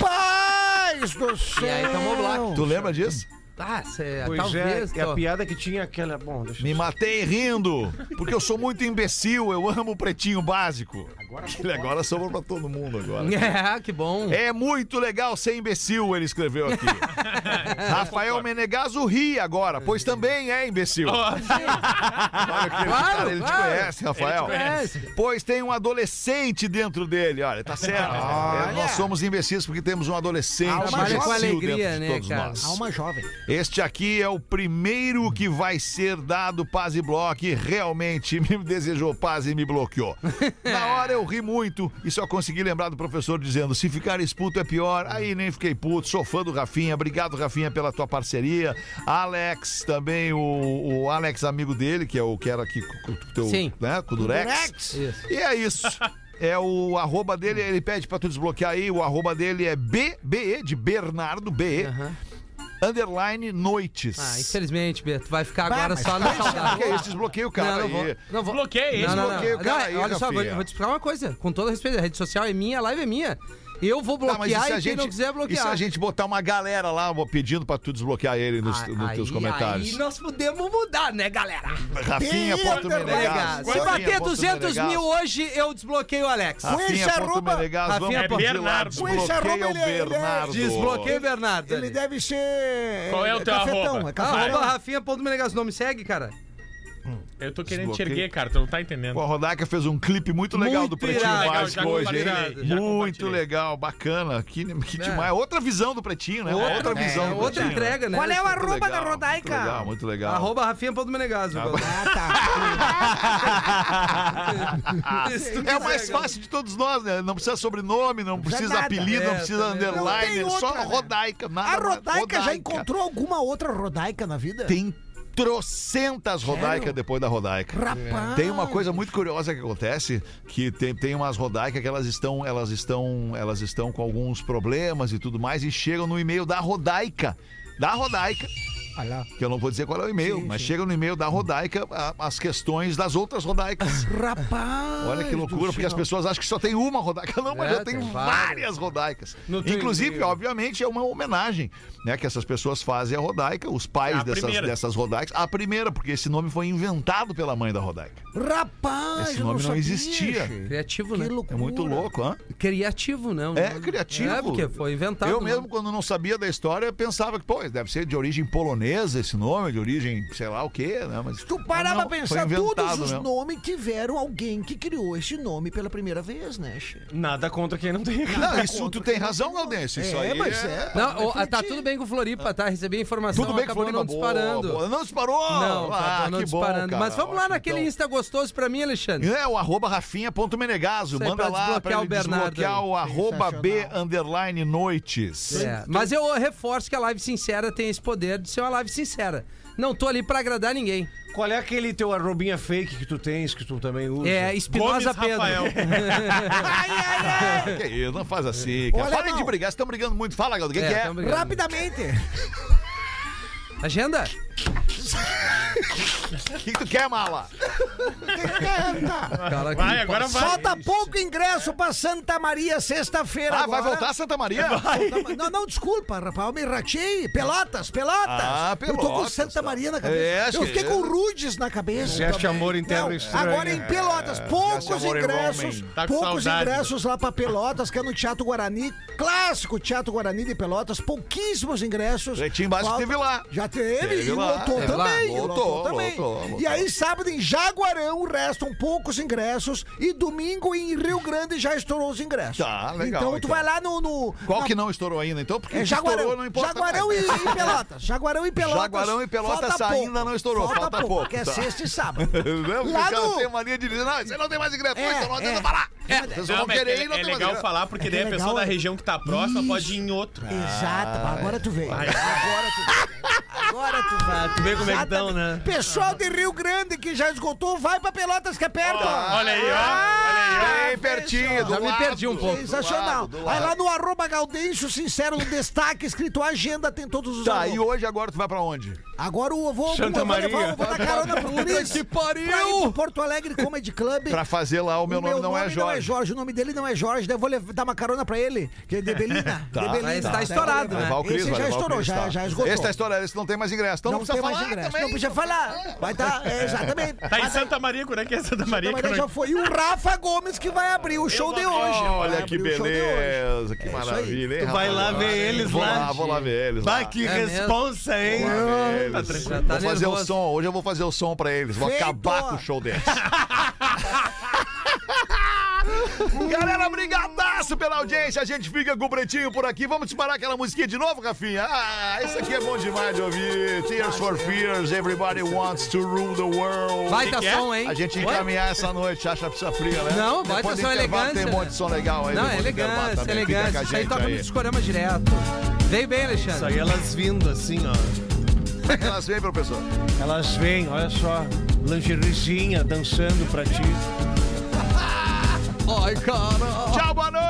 Speaker 6: Paz do céu! Então,
Speaker 7: E aí tomou black.
Speaker 4: Tu lembra disso?
Speaker 7: Ah, cê,
Speaker 9: Pois
Speaker 7: talvez.
Speaker 9: é, é a
Speaker 7: tô-
Speaker 9: piada que tinha aquela. Bom, deixa
Speaker 4: Me matei rindo, porque eu sou muito imbecil, eu amo o pretinho básico. Ele agora sobrou pra todo mundo agora.
Speaker 7: [LAUGHS] É, que bom.
Speaker 4: É muito legal ser imbecil, ele escreveu [LAUGHS] aqui. Rafael Menegaso ri agora, pois também é imbecil. Olha que cara, ele
Speaker 7: claro.
Speaker 4: te conhece, Rafael. Pois tem um adolescente dentro dele. Olha, tá certo.
Speaker 7: Ah,
Speaker 4: É, nós somos imbecis porque temos um adolescente
Speaker 7: Trabalha
Speaker 4: imbecil
Speaker 7: Ah, com alegria,
Speaker 4: dentro de
Speaker 7: né,
Speaker 4: todos
Speaker 7: cara?
Speaker 4: nós.
Speaker 6: Alma jovem.
Speaker 4: Este aqui é o primeiro que vai ser dado paz e bloco. e Realmente [LAUGHS] me desejou paz e me bloqueou. Na hora eu ri muito e só consegui lembrar do professor dizendo: se ficar expulso é pior. Aí nem fiquei puto. Sou fã do Rafinha. Obrigado, Rafinha, pela tua parceria. Alex também, o, o Alex, amigo dele, que é o que era aqui com o teu.
Speaker 7: Sim.
Speaker 4: Né, com o Durex.
Speaker 7: Isso.
Speaker 4: E é isso. É o arroba dele, ele pede pra tu desbloquear aí. O arroba dele é BBE, de Bernardo, BE,
Speaker 7: Aham.
Speaker 4: underline noites.
Speaker 7: Ah, infelizmente, Beto, vai ficar agora
Speaker 6: mas
Speaker 7: só na saudade.
Speaker 4: Que é isso, desbloqueia o cara
Speaker 7: não, não
Speaker 4: aí.
Speaker 7: vou. Não vou.
Speaker 5: Bloqueia ele.
Speaker 7: Não, não, não.
Speaker 4: Desbloqueia o cara
Speaker 7: Não,
Speaker 4: aí,
Speaker 7: olha só, vou,
Speaker 4: Rafinha.
Speaker 7: vou te explicar uma coisa. Com todo respeito, a rede social é minha, a live é minha. Eu vou
Speaker 4: Tá, mas e
Speaker 7: bloquear
Speaker 4: se
Speaker 7: e,
Speaker 4: a
Speaker 7: quem
Speaker 4: gente,
Speaker 7: não quiser
Speaker 4: e se
Speaker 7: bloquear.
Speaker 4: a gente botar uma galera lá ó, pedindo pra tu desbloquear ele nos,
Speaker 7: Ah,
Speaker 4: nos teus
Speaker 7: aí-
Speaker 4: comentários?
Speaker 7: Aí nós podemos mudar, né, galera?
Speaker 4: Rafinha, ponto
Speaker 7: Legal.
Speaker 4: Menegas.
Speaker 7: Se bater
Speaker 4: Rafinha, ponto
Speaker 7: 200 mil
Speaker 4: Menegas.
Speaker 7: hoje, eu desbloqueio o Alex.
Speaker 6: Com esse
Speaker 4: Rafinha, ponto
Speaker 6: arroba-
Speaker 4: Menegas, vamos
Speaker 7: Rafinha,
Speaker 4: pedir lá,
Speaker 5: Bernardo.
Speaker 6: Com esse arroba,
Speaker 4: desbloqueia o
Speaker 6: ele- ele é-
Speaker 4: Bernardo.
Speaker 7: Desbloqueio, Bernardo.
Speaker 6: Ele
Speaker 7: ali. Ah,
Speaker 6: deve ser.
Speaker 5: Qual é o
Speaker 6: é
Speaker 5: teu
Speaker 6: cafetão,
Speaker 5: arroba?
Speaker 6: É
Speaker 7: Arroba
Speaker 6: cafetão.
Speaker 7: Rafinha.menegas, não me segue, cara?
Speaker 5: Eu tô querendo te
Speaker 4: Desbloqueio.
Speaker 5: erguer, cara. Tu não tá entendendo.
Speaker 4: Pô, A Rodaica fez um clipe muito legal
Speaker 7: Muito
Speaker 4: do Pretinho
Speaker 7: irado,
Speaker 5: legal, já
Speaker 4: Básico hoje, hein?
Speaker 5: compartilhei, já
Speaker 4: Muito
Speaker 5: compartilhei.
Speaker 4: legal, bacana. Que, que
Speaker 7: É.
Speaker 4: demais. Outra visão do Pretinho, né? Outra,
Speaker 7: É,
Speaker 4: visão do
Speaker 7: outra
Speaker 4: Pretinho.
Speaker 7: entrega, né?
Speaker 6: Qual é o
Speaker 4: Muito
Speaker 6: arroba da
Speaker 4: legal,
Speaker 6: Rodaica?
Speaker 4: Muito legal, muito legal.
Speaker 7: Arroba Rafinha.menegas. eu gosto. [LAUGHS]
Speaker 6: Ah, tá.
Speaker 7: Isso,
Speaker 4: É
Speaker 7: tudo
Speaker 4: o mais
Speaker 7: legal.
Speaker 4: fácil de todos nós, né? Não precisa sobrenome, não precisa
Speaker 6: nada.
Speaker 4: apelido, não
Speaker 7: É,
Speaker 4: precisa
Speaker 7: também.
Speaker 6: Não
Speaker 4: underline, é
Speaker 6: tem
Speaker 4: só
Speaker 6: outra, né?
Speaker 4: Rodaica. Nada
Speaker 6: A
Speaker 4: mais.
Speaker 6: Rodaica já encontrou alguma outra Rodaica na vida?
Speaker 4: Tem trocentas Rodaica
Speaker 6: Sério?
Speaker 4: depois da Rodaica.
Speaker 6: Rapaz.
Speaker 4: Tem uma coisa muito curiosa que acontece, que tem, tem umas rodaicas que elas estão, elas estão, elas estão com alguns problemas e tudo mais e chegam no e-mail da rodaica. Da rodaica,
Speaker 6: Olha lá.
Speaker 4: que eu não vou dizer qual é o e-mail, mas chegam no e-mail da rodaica a- as questões das outras rodaicas.
Speaker 6: Rapaz.
Speaker 4: Olha que loucura,
Speaker 6: do
Speaker 4: porque as
Speaker 6: céu.
Speaker 4: pessoas acham que só tem uma rodaica. [LAUGHS] Não, mas
Speaker 7: É,
Speaker 4: já tem,
Speaker 7: tem várias.
Speaker 4: várias rodaicas.
Speaker 7: No teu
Speaker 4: Inclusive,
Speaker 7: e-mail.
Speaker 4: obviamente, é uma homenagem né, que essas pessoas fazem à rodaica, os pais
Speaker 5: A
Speaker 4: dessas,
Speaker 5: primeira.
Speaker 4: dessas rodaicas. A primeira, porque esse nome foi inventado pela mãe da rodaica.
Speaker 6: Rapaz.
Speaker 4: Esse
Speaker 6: eu
Speaker 4: nome não
Speaker 6: sabia,
Speaker 4: existia.
Speaker 6: che.
Speaker 7: Criativo, né?
Speaker 6: Que loucura.
Speaker 4: É muito louco, hã?
Speaker 7: Criativo, não.
Speaker 4: É
Speaker 7: não-
Speaker 4: criativo.
Speaker 7: É, porque foi
Speaker 6: Tá
Speaker 7: inventado.
Speaker 4: Eu
Speaker 7: né?
Speaker 4: mesmo, quando não sabia da história, pensava que, pô, deve ser de origem polonesa esse nome, de origem sei lá o quê, né? Mas
Speaker 6: Tu parar
Speaker 4: Não,
Speaker 6: pra
Speaker 4: foi
Speaker 6: pensar, todos
Speaker 4: inventado
Speaker 6: os
Speaker 4: mesmo.
Speaker 6: nomes tiveram alguém que criou esse nome pela primeira vez, né, che?
Speaker 9: eu- Nada contra quem não tem.
Speaker 4: Não, isso tu tem razão, Gaudêncio. Isso
Speaker 6: É,
Speaker 4: aí.
Speaker 6: mas é.
Speaker 7: Não, ô, ah, tá
Speaker 6: refletir.
Speaker 7: tudo bem com Floripa, tá? Recebi a informação,
Speaker 4: Tudo bem que
Speaker 7: acabou
Speaker 4: foi
Speaker 7: não disparando.
Speaker 4: Não disparou!
Speaker 7: Não,
Speaker 4: ah,
Speaker 7: acabou não
Speaker 4: que
Speaker 7: disparando.
Speaker 4: bom. Cara.
Speaker 7: Mas vamos lá
Speaker 4: Ótimo,
Speaker 7: naquele
Speaker 4: então.
Speaker 7: Insta gostoso pra mim, Alexandre.
Speaker 4: É, o arroba rafinha.menegaso.
Speaker 7: Isso aí,
Speaker 4: Manda
Speaker 7: pra
Speaker 4: lá
Speaker 7: desbloquear
Speaker 4: pra ele
Speaker 7: o Bernardo
Speaker 4: desbloquear
Speaker 7: aí.
Speaker 4: o arroba B underline noites.
Speaker 7: É, mas eu reforço que a live sincera tem esse poder de ser uma live sincera. Não tô ali pra agradar ninguém.
Speaker 9: Qual é aquele teu arrobinha fake que tu tens, que tu também usa?
Speaker 7: É Espinosa
Speaker 5: Gomes
Speaker 7: Pedro. É,
Speaker 5: Rafael.
Speaker 6: Ai, ai, ai.
Speaker 4: Que isso, não faz assim, cara.
Speaker 6: Olha,
Speaker 4: Parem de
Speaker 6: não.
Speaker 4: brigar, vocês estão brigando muito. Fala, Galdo, o que
Speaker 7: É,
Speaker 4: que é?
Speaker 7: tão brigando.
Speaker 6: Rapidamente. [LAUGHS]
Speaker 7: Agenda?
Speaker 4: O que que tu quer,
Speaker 7: [LAUGHS]
Speaker 4: mala?
Speaker 7: Cara, que
Speaker 5: Vai, agora vai.
Speaker 6: Falta pouco ingresso pra Santa Maria sexta-feira.
Speaker 4: Ah, vai
Speaker 6: agora.
Speaker 4: voltar a Santa Maria?
Speaker 7: [LAUGHS]
Speaker 6: Santa- Não, não, desculpa, rapaz, eu me ratei. Pelotas, pelotas.
Speaker 4: Ah,
Speaker 6: Eu tô com
Speaker 4: Pelotas,
Speaker 6: Santa Maria na
Speaker 4: É,
Speaker 6: cabeça.
Speaker 4: acho
Speaker 6: eu
Speaker 4: que-
Speaker 6: fiquei com Rudes na cabeça.
Speaker 5: É,
Speaker 9: Gesto de amor em terra
Speaker 6: Não,
Speaker 9: estranha.
Speaker 6: agora
Speaker 5: né?
Speaker 6: em Pelotas, poucos
Speaker 4: amor em
Speaker 6: ingressos,
Speaker 4: Roma,
Speaker 5: Tá com
Speaker 6: poucos
Speaker 5: saudade.
Speaker 6: ingressos lá pra Pelotas, que é no Teatro Guarani, clássico Teatro Guarani de Pelotas, pouquíssimos ingressos.
Speaker 4: Pretinho Básico
Speaker 6: Falta-
Speaker 4: teve lá.
Speaker 6: Já teve,
Speaker 4: Teve
Speaker 6: e
Speaker 4: lá,
Speaker 6: lotou
Speaker 7: teve lá.
Speaker 6: também. e
Speaker 4: Lotou,
Speaker 6: lotou também.
Speaker 4: lotou, lotou.
Speaker 6: E aí sábado em Jaguarão restam poucos ingressos e domingo em Rio Grande já estourou os ingressos.
Speaker 4: Tá, legal,
Speaker 6: Então, tu
Speaker 4: então.
Speaker 6: vai lá no... no
Speaker 4: Qual
Speaker 6: na-
Speaker 4: que não estourou ainda, então? Porque
Speaker 6: é,
Speaker 4: se
Speaker 6: Jaguarão,
Speaker 4: estourou, não importa.
Speaker 6: Jaguarão e,
Speaker 4: [LAUGHS] mais.
Speaker 6: e Pelotas. Jaguarão e Pelotas.
Speaker 4: Jaguarão e Pelotas
Speaker 6: Falta
Speaker 4: ainda
Speaker 6: pouco.
Speaker 4: não estourou, falta pouco,
Speaker 6: Que é
Speaker 4: tá.
Speaker 6: sexta e
Speaker 4: [LAUGHS]
Speaker 6: sábado.
Speaker 4: Não, porque
Speaker 6: Lá
Speaker 4: o cara
Speaker 6: no-
Speaker 4: tem mania de dizer, não, você não tem mais ingresso,
Speaker 6: É,
Speaker 4: então nós
Speaker 6: é.
Speaker 4: tenta parar.
Speaker 5: É,
Speaker 4: Vocês
Speaker 5: não,
Speaker 4: vão
Speaker 5: mas
Speaker 4: querer
Speaker 5: é,
Speaker 4: e não tem
Speaker 5: é
Speaker 4: mais
Speaker 5: legal
Speaker 4: ingresso.
Speaker 5: falar, porque
Speaker 6: É que
Speaker 5: daí
Speaker 6: é
Speaker 5: a
Speaker 6: legal,
Speaker 5: pessoa da
Speaker 6: é.
Speaker 5: região que tá próxima
Speaker 6: Isso.
Speaker 5: pode ir em outro.
Speaker 6: Exato, agora tu veio.
Speaker 5: Vai.
Speaker 6: Agora tu veio. Agora tu vai.
Speaker 9: Tu vê como é que tão,
Speaker 6: Exatamente.
Speaker 9: né?
Speaker 6: Pessoal de Rio Grande que já esgotou, vai pra Pelotas que é perto.
Speaker 4: Ah,
Speaker 5: Olha aí, ó. Olha aí, ó.
Speaker 4: Bem pertinho, do
Speaker 7: Já me
Speaker 4: lado.
Speaker 7: perdi um pouco.
Speaker 6: Sensacional.
Speaker 4: do lado, do
Speaker 6: Vai lá
Speaker 4: lado.
Speaker 6: no arroba Gaudêncio Sincero, no destaque, escrito agenda, tem todos os
Speaker 4: Tá,
Speaker 6: arroba.
Speaker 4: e hoje agora tu vai pra onde?
Speaker 6: Agora eu vou, eu
Speaker 9: Santa
Speaker 6: vou levar,
Speaker 9: Maria.
Speaker 6: eu vou dar carona pro Luiz.
Speaker 7: que pariu!
Speaker 6: Pra ir pro Porto Alegre Comedy Club.
Speaker 4: Pra fazer lá o meu,
Speaker 6: o
Speaker 4: nome, não, é Jorge.
Speaker 6: o nome dele não é Jorge, daí eu vou lev- dar uma carona pra ele, que é de Belina.
Speaker 4: [LAUGHS] Tá.
Speaker 6: de Belina.
Speaker 7: Mas tá
Speaker 6: Daí eu vou
Speaker 7: estourado,
Speaker 6: levar.
Speaker 7: né?
Speaker 4: Vai levar o Cris,
Speaker 6: Esse
Speaker 4: vai
Speaker 6: já
Speaker 4: levar o
Speaker 6: estourou,
Speaker 4: Cris,
Speaker 6: já,
Speaker 4: tá.
Speaker 6: já esgotou.
Speaker 4: Esse tá estourado, esse não tem mais ingresso. Então não, precisa falar também.
Speaker 6: Não precisa falar. Vai
Speaker 4: [LAUGHS]
Speaker 6: estar, é, exatamente.
Speaker 5: Tá em
Speaker 6: Mas
Speaker 5: Santa Maria, quando é que é Santa Maria?
Speaker 6: Mas daí já
Speaker 5: Quando-
Speaker 6: foi. E o Rafa Gomes que vai abrir o show de hoje.
Speaker 4: Olha
Speaker 6: Vai
Speaker 4: que
Speaker 6: abrir o show de hoje. É
Speaker 4: beleza, que maravilha, hein,
Speaker 9: Tu vai lá
Speaker 4: rapaz?
Speaker 9: ver eles
Speaker 4: vou
Speaker 9: lá,
Speaker 4: Lá, vou lá
Speaker 9: tio.
Speaker 4: ver eles.
Speaker 9: Bah,
Speaker 4: lá.
Speaker 9: que
Speaker 7: É mesmo?
Speaker 9: responsa, hein?
Speaker 4: Eles.
Speaker 7: tranquilo.
Speaker 4: vou
Speaker 7: Tá
Speaker 4: fazer o
Speaker 7: nervoso.
Speaker 4: som, hoje eu vou fazer o som pra eles, vou
Speaker 6: Feito.
Speaker 4: acabar com o show
Speaker 7: [LAUGHS]
Speaker 4: deles. Galera, brigadaço pela audiência, a gente fica com o Pretinho por aqui. Vamos disparar aquela musiquinha de novo, Rafinha? Ah, isso aqui é bom demais de ouvir. Tears for Fears, Everybody Wants to Rule the World.
Speaker 7: Vai tá
Speaker 5: que é?
Speaker 7: som, hein?
Speaker 4: A gente
Speaker 7: Oi?
Speaker 4: encaminhar essa noite, acha pizza fria, né?
Speaker 7: Não,
Speaker 4: Depois
Speaker 7: bota
Speaker 4: do
Speaker 7: só
Speaker 4: intervalo Tem um
Speaker 7: elegância,
Speaker 4: monte
Speaker 7: né?
Speaker 4: de som legal aí.
Speaker 7: Não,
Speaker 4: depois
Speaker 7: é
Speaker 4: do intervalo
Speaker 7: elegância, é
Speaker 4: também. Fica com
Speaker 7: elegância.
Speaker 4: a
Speaker 7: Isso aí
Speaker 4: gente
Speaker 7: toca
Speaker 4: aí.
Speaker 7: no discorama direto. Veio bem,
Speaker 9: Isso
Speaker 7: Alexandre.
Speaker 9: aí elas vindo assim, ó.
Speaker 4: Elas vêm, professor.
Speaker 9: Elas vêm, olha só. Lingeriezinha dançando pra ti.
Speaker 7: Ai, cara.
Speaker 4: Tchau, boa noite!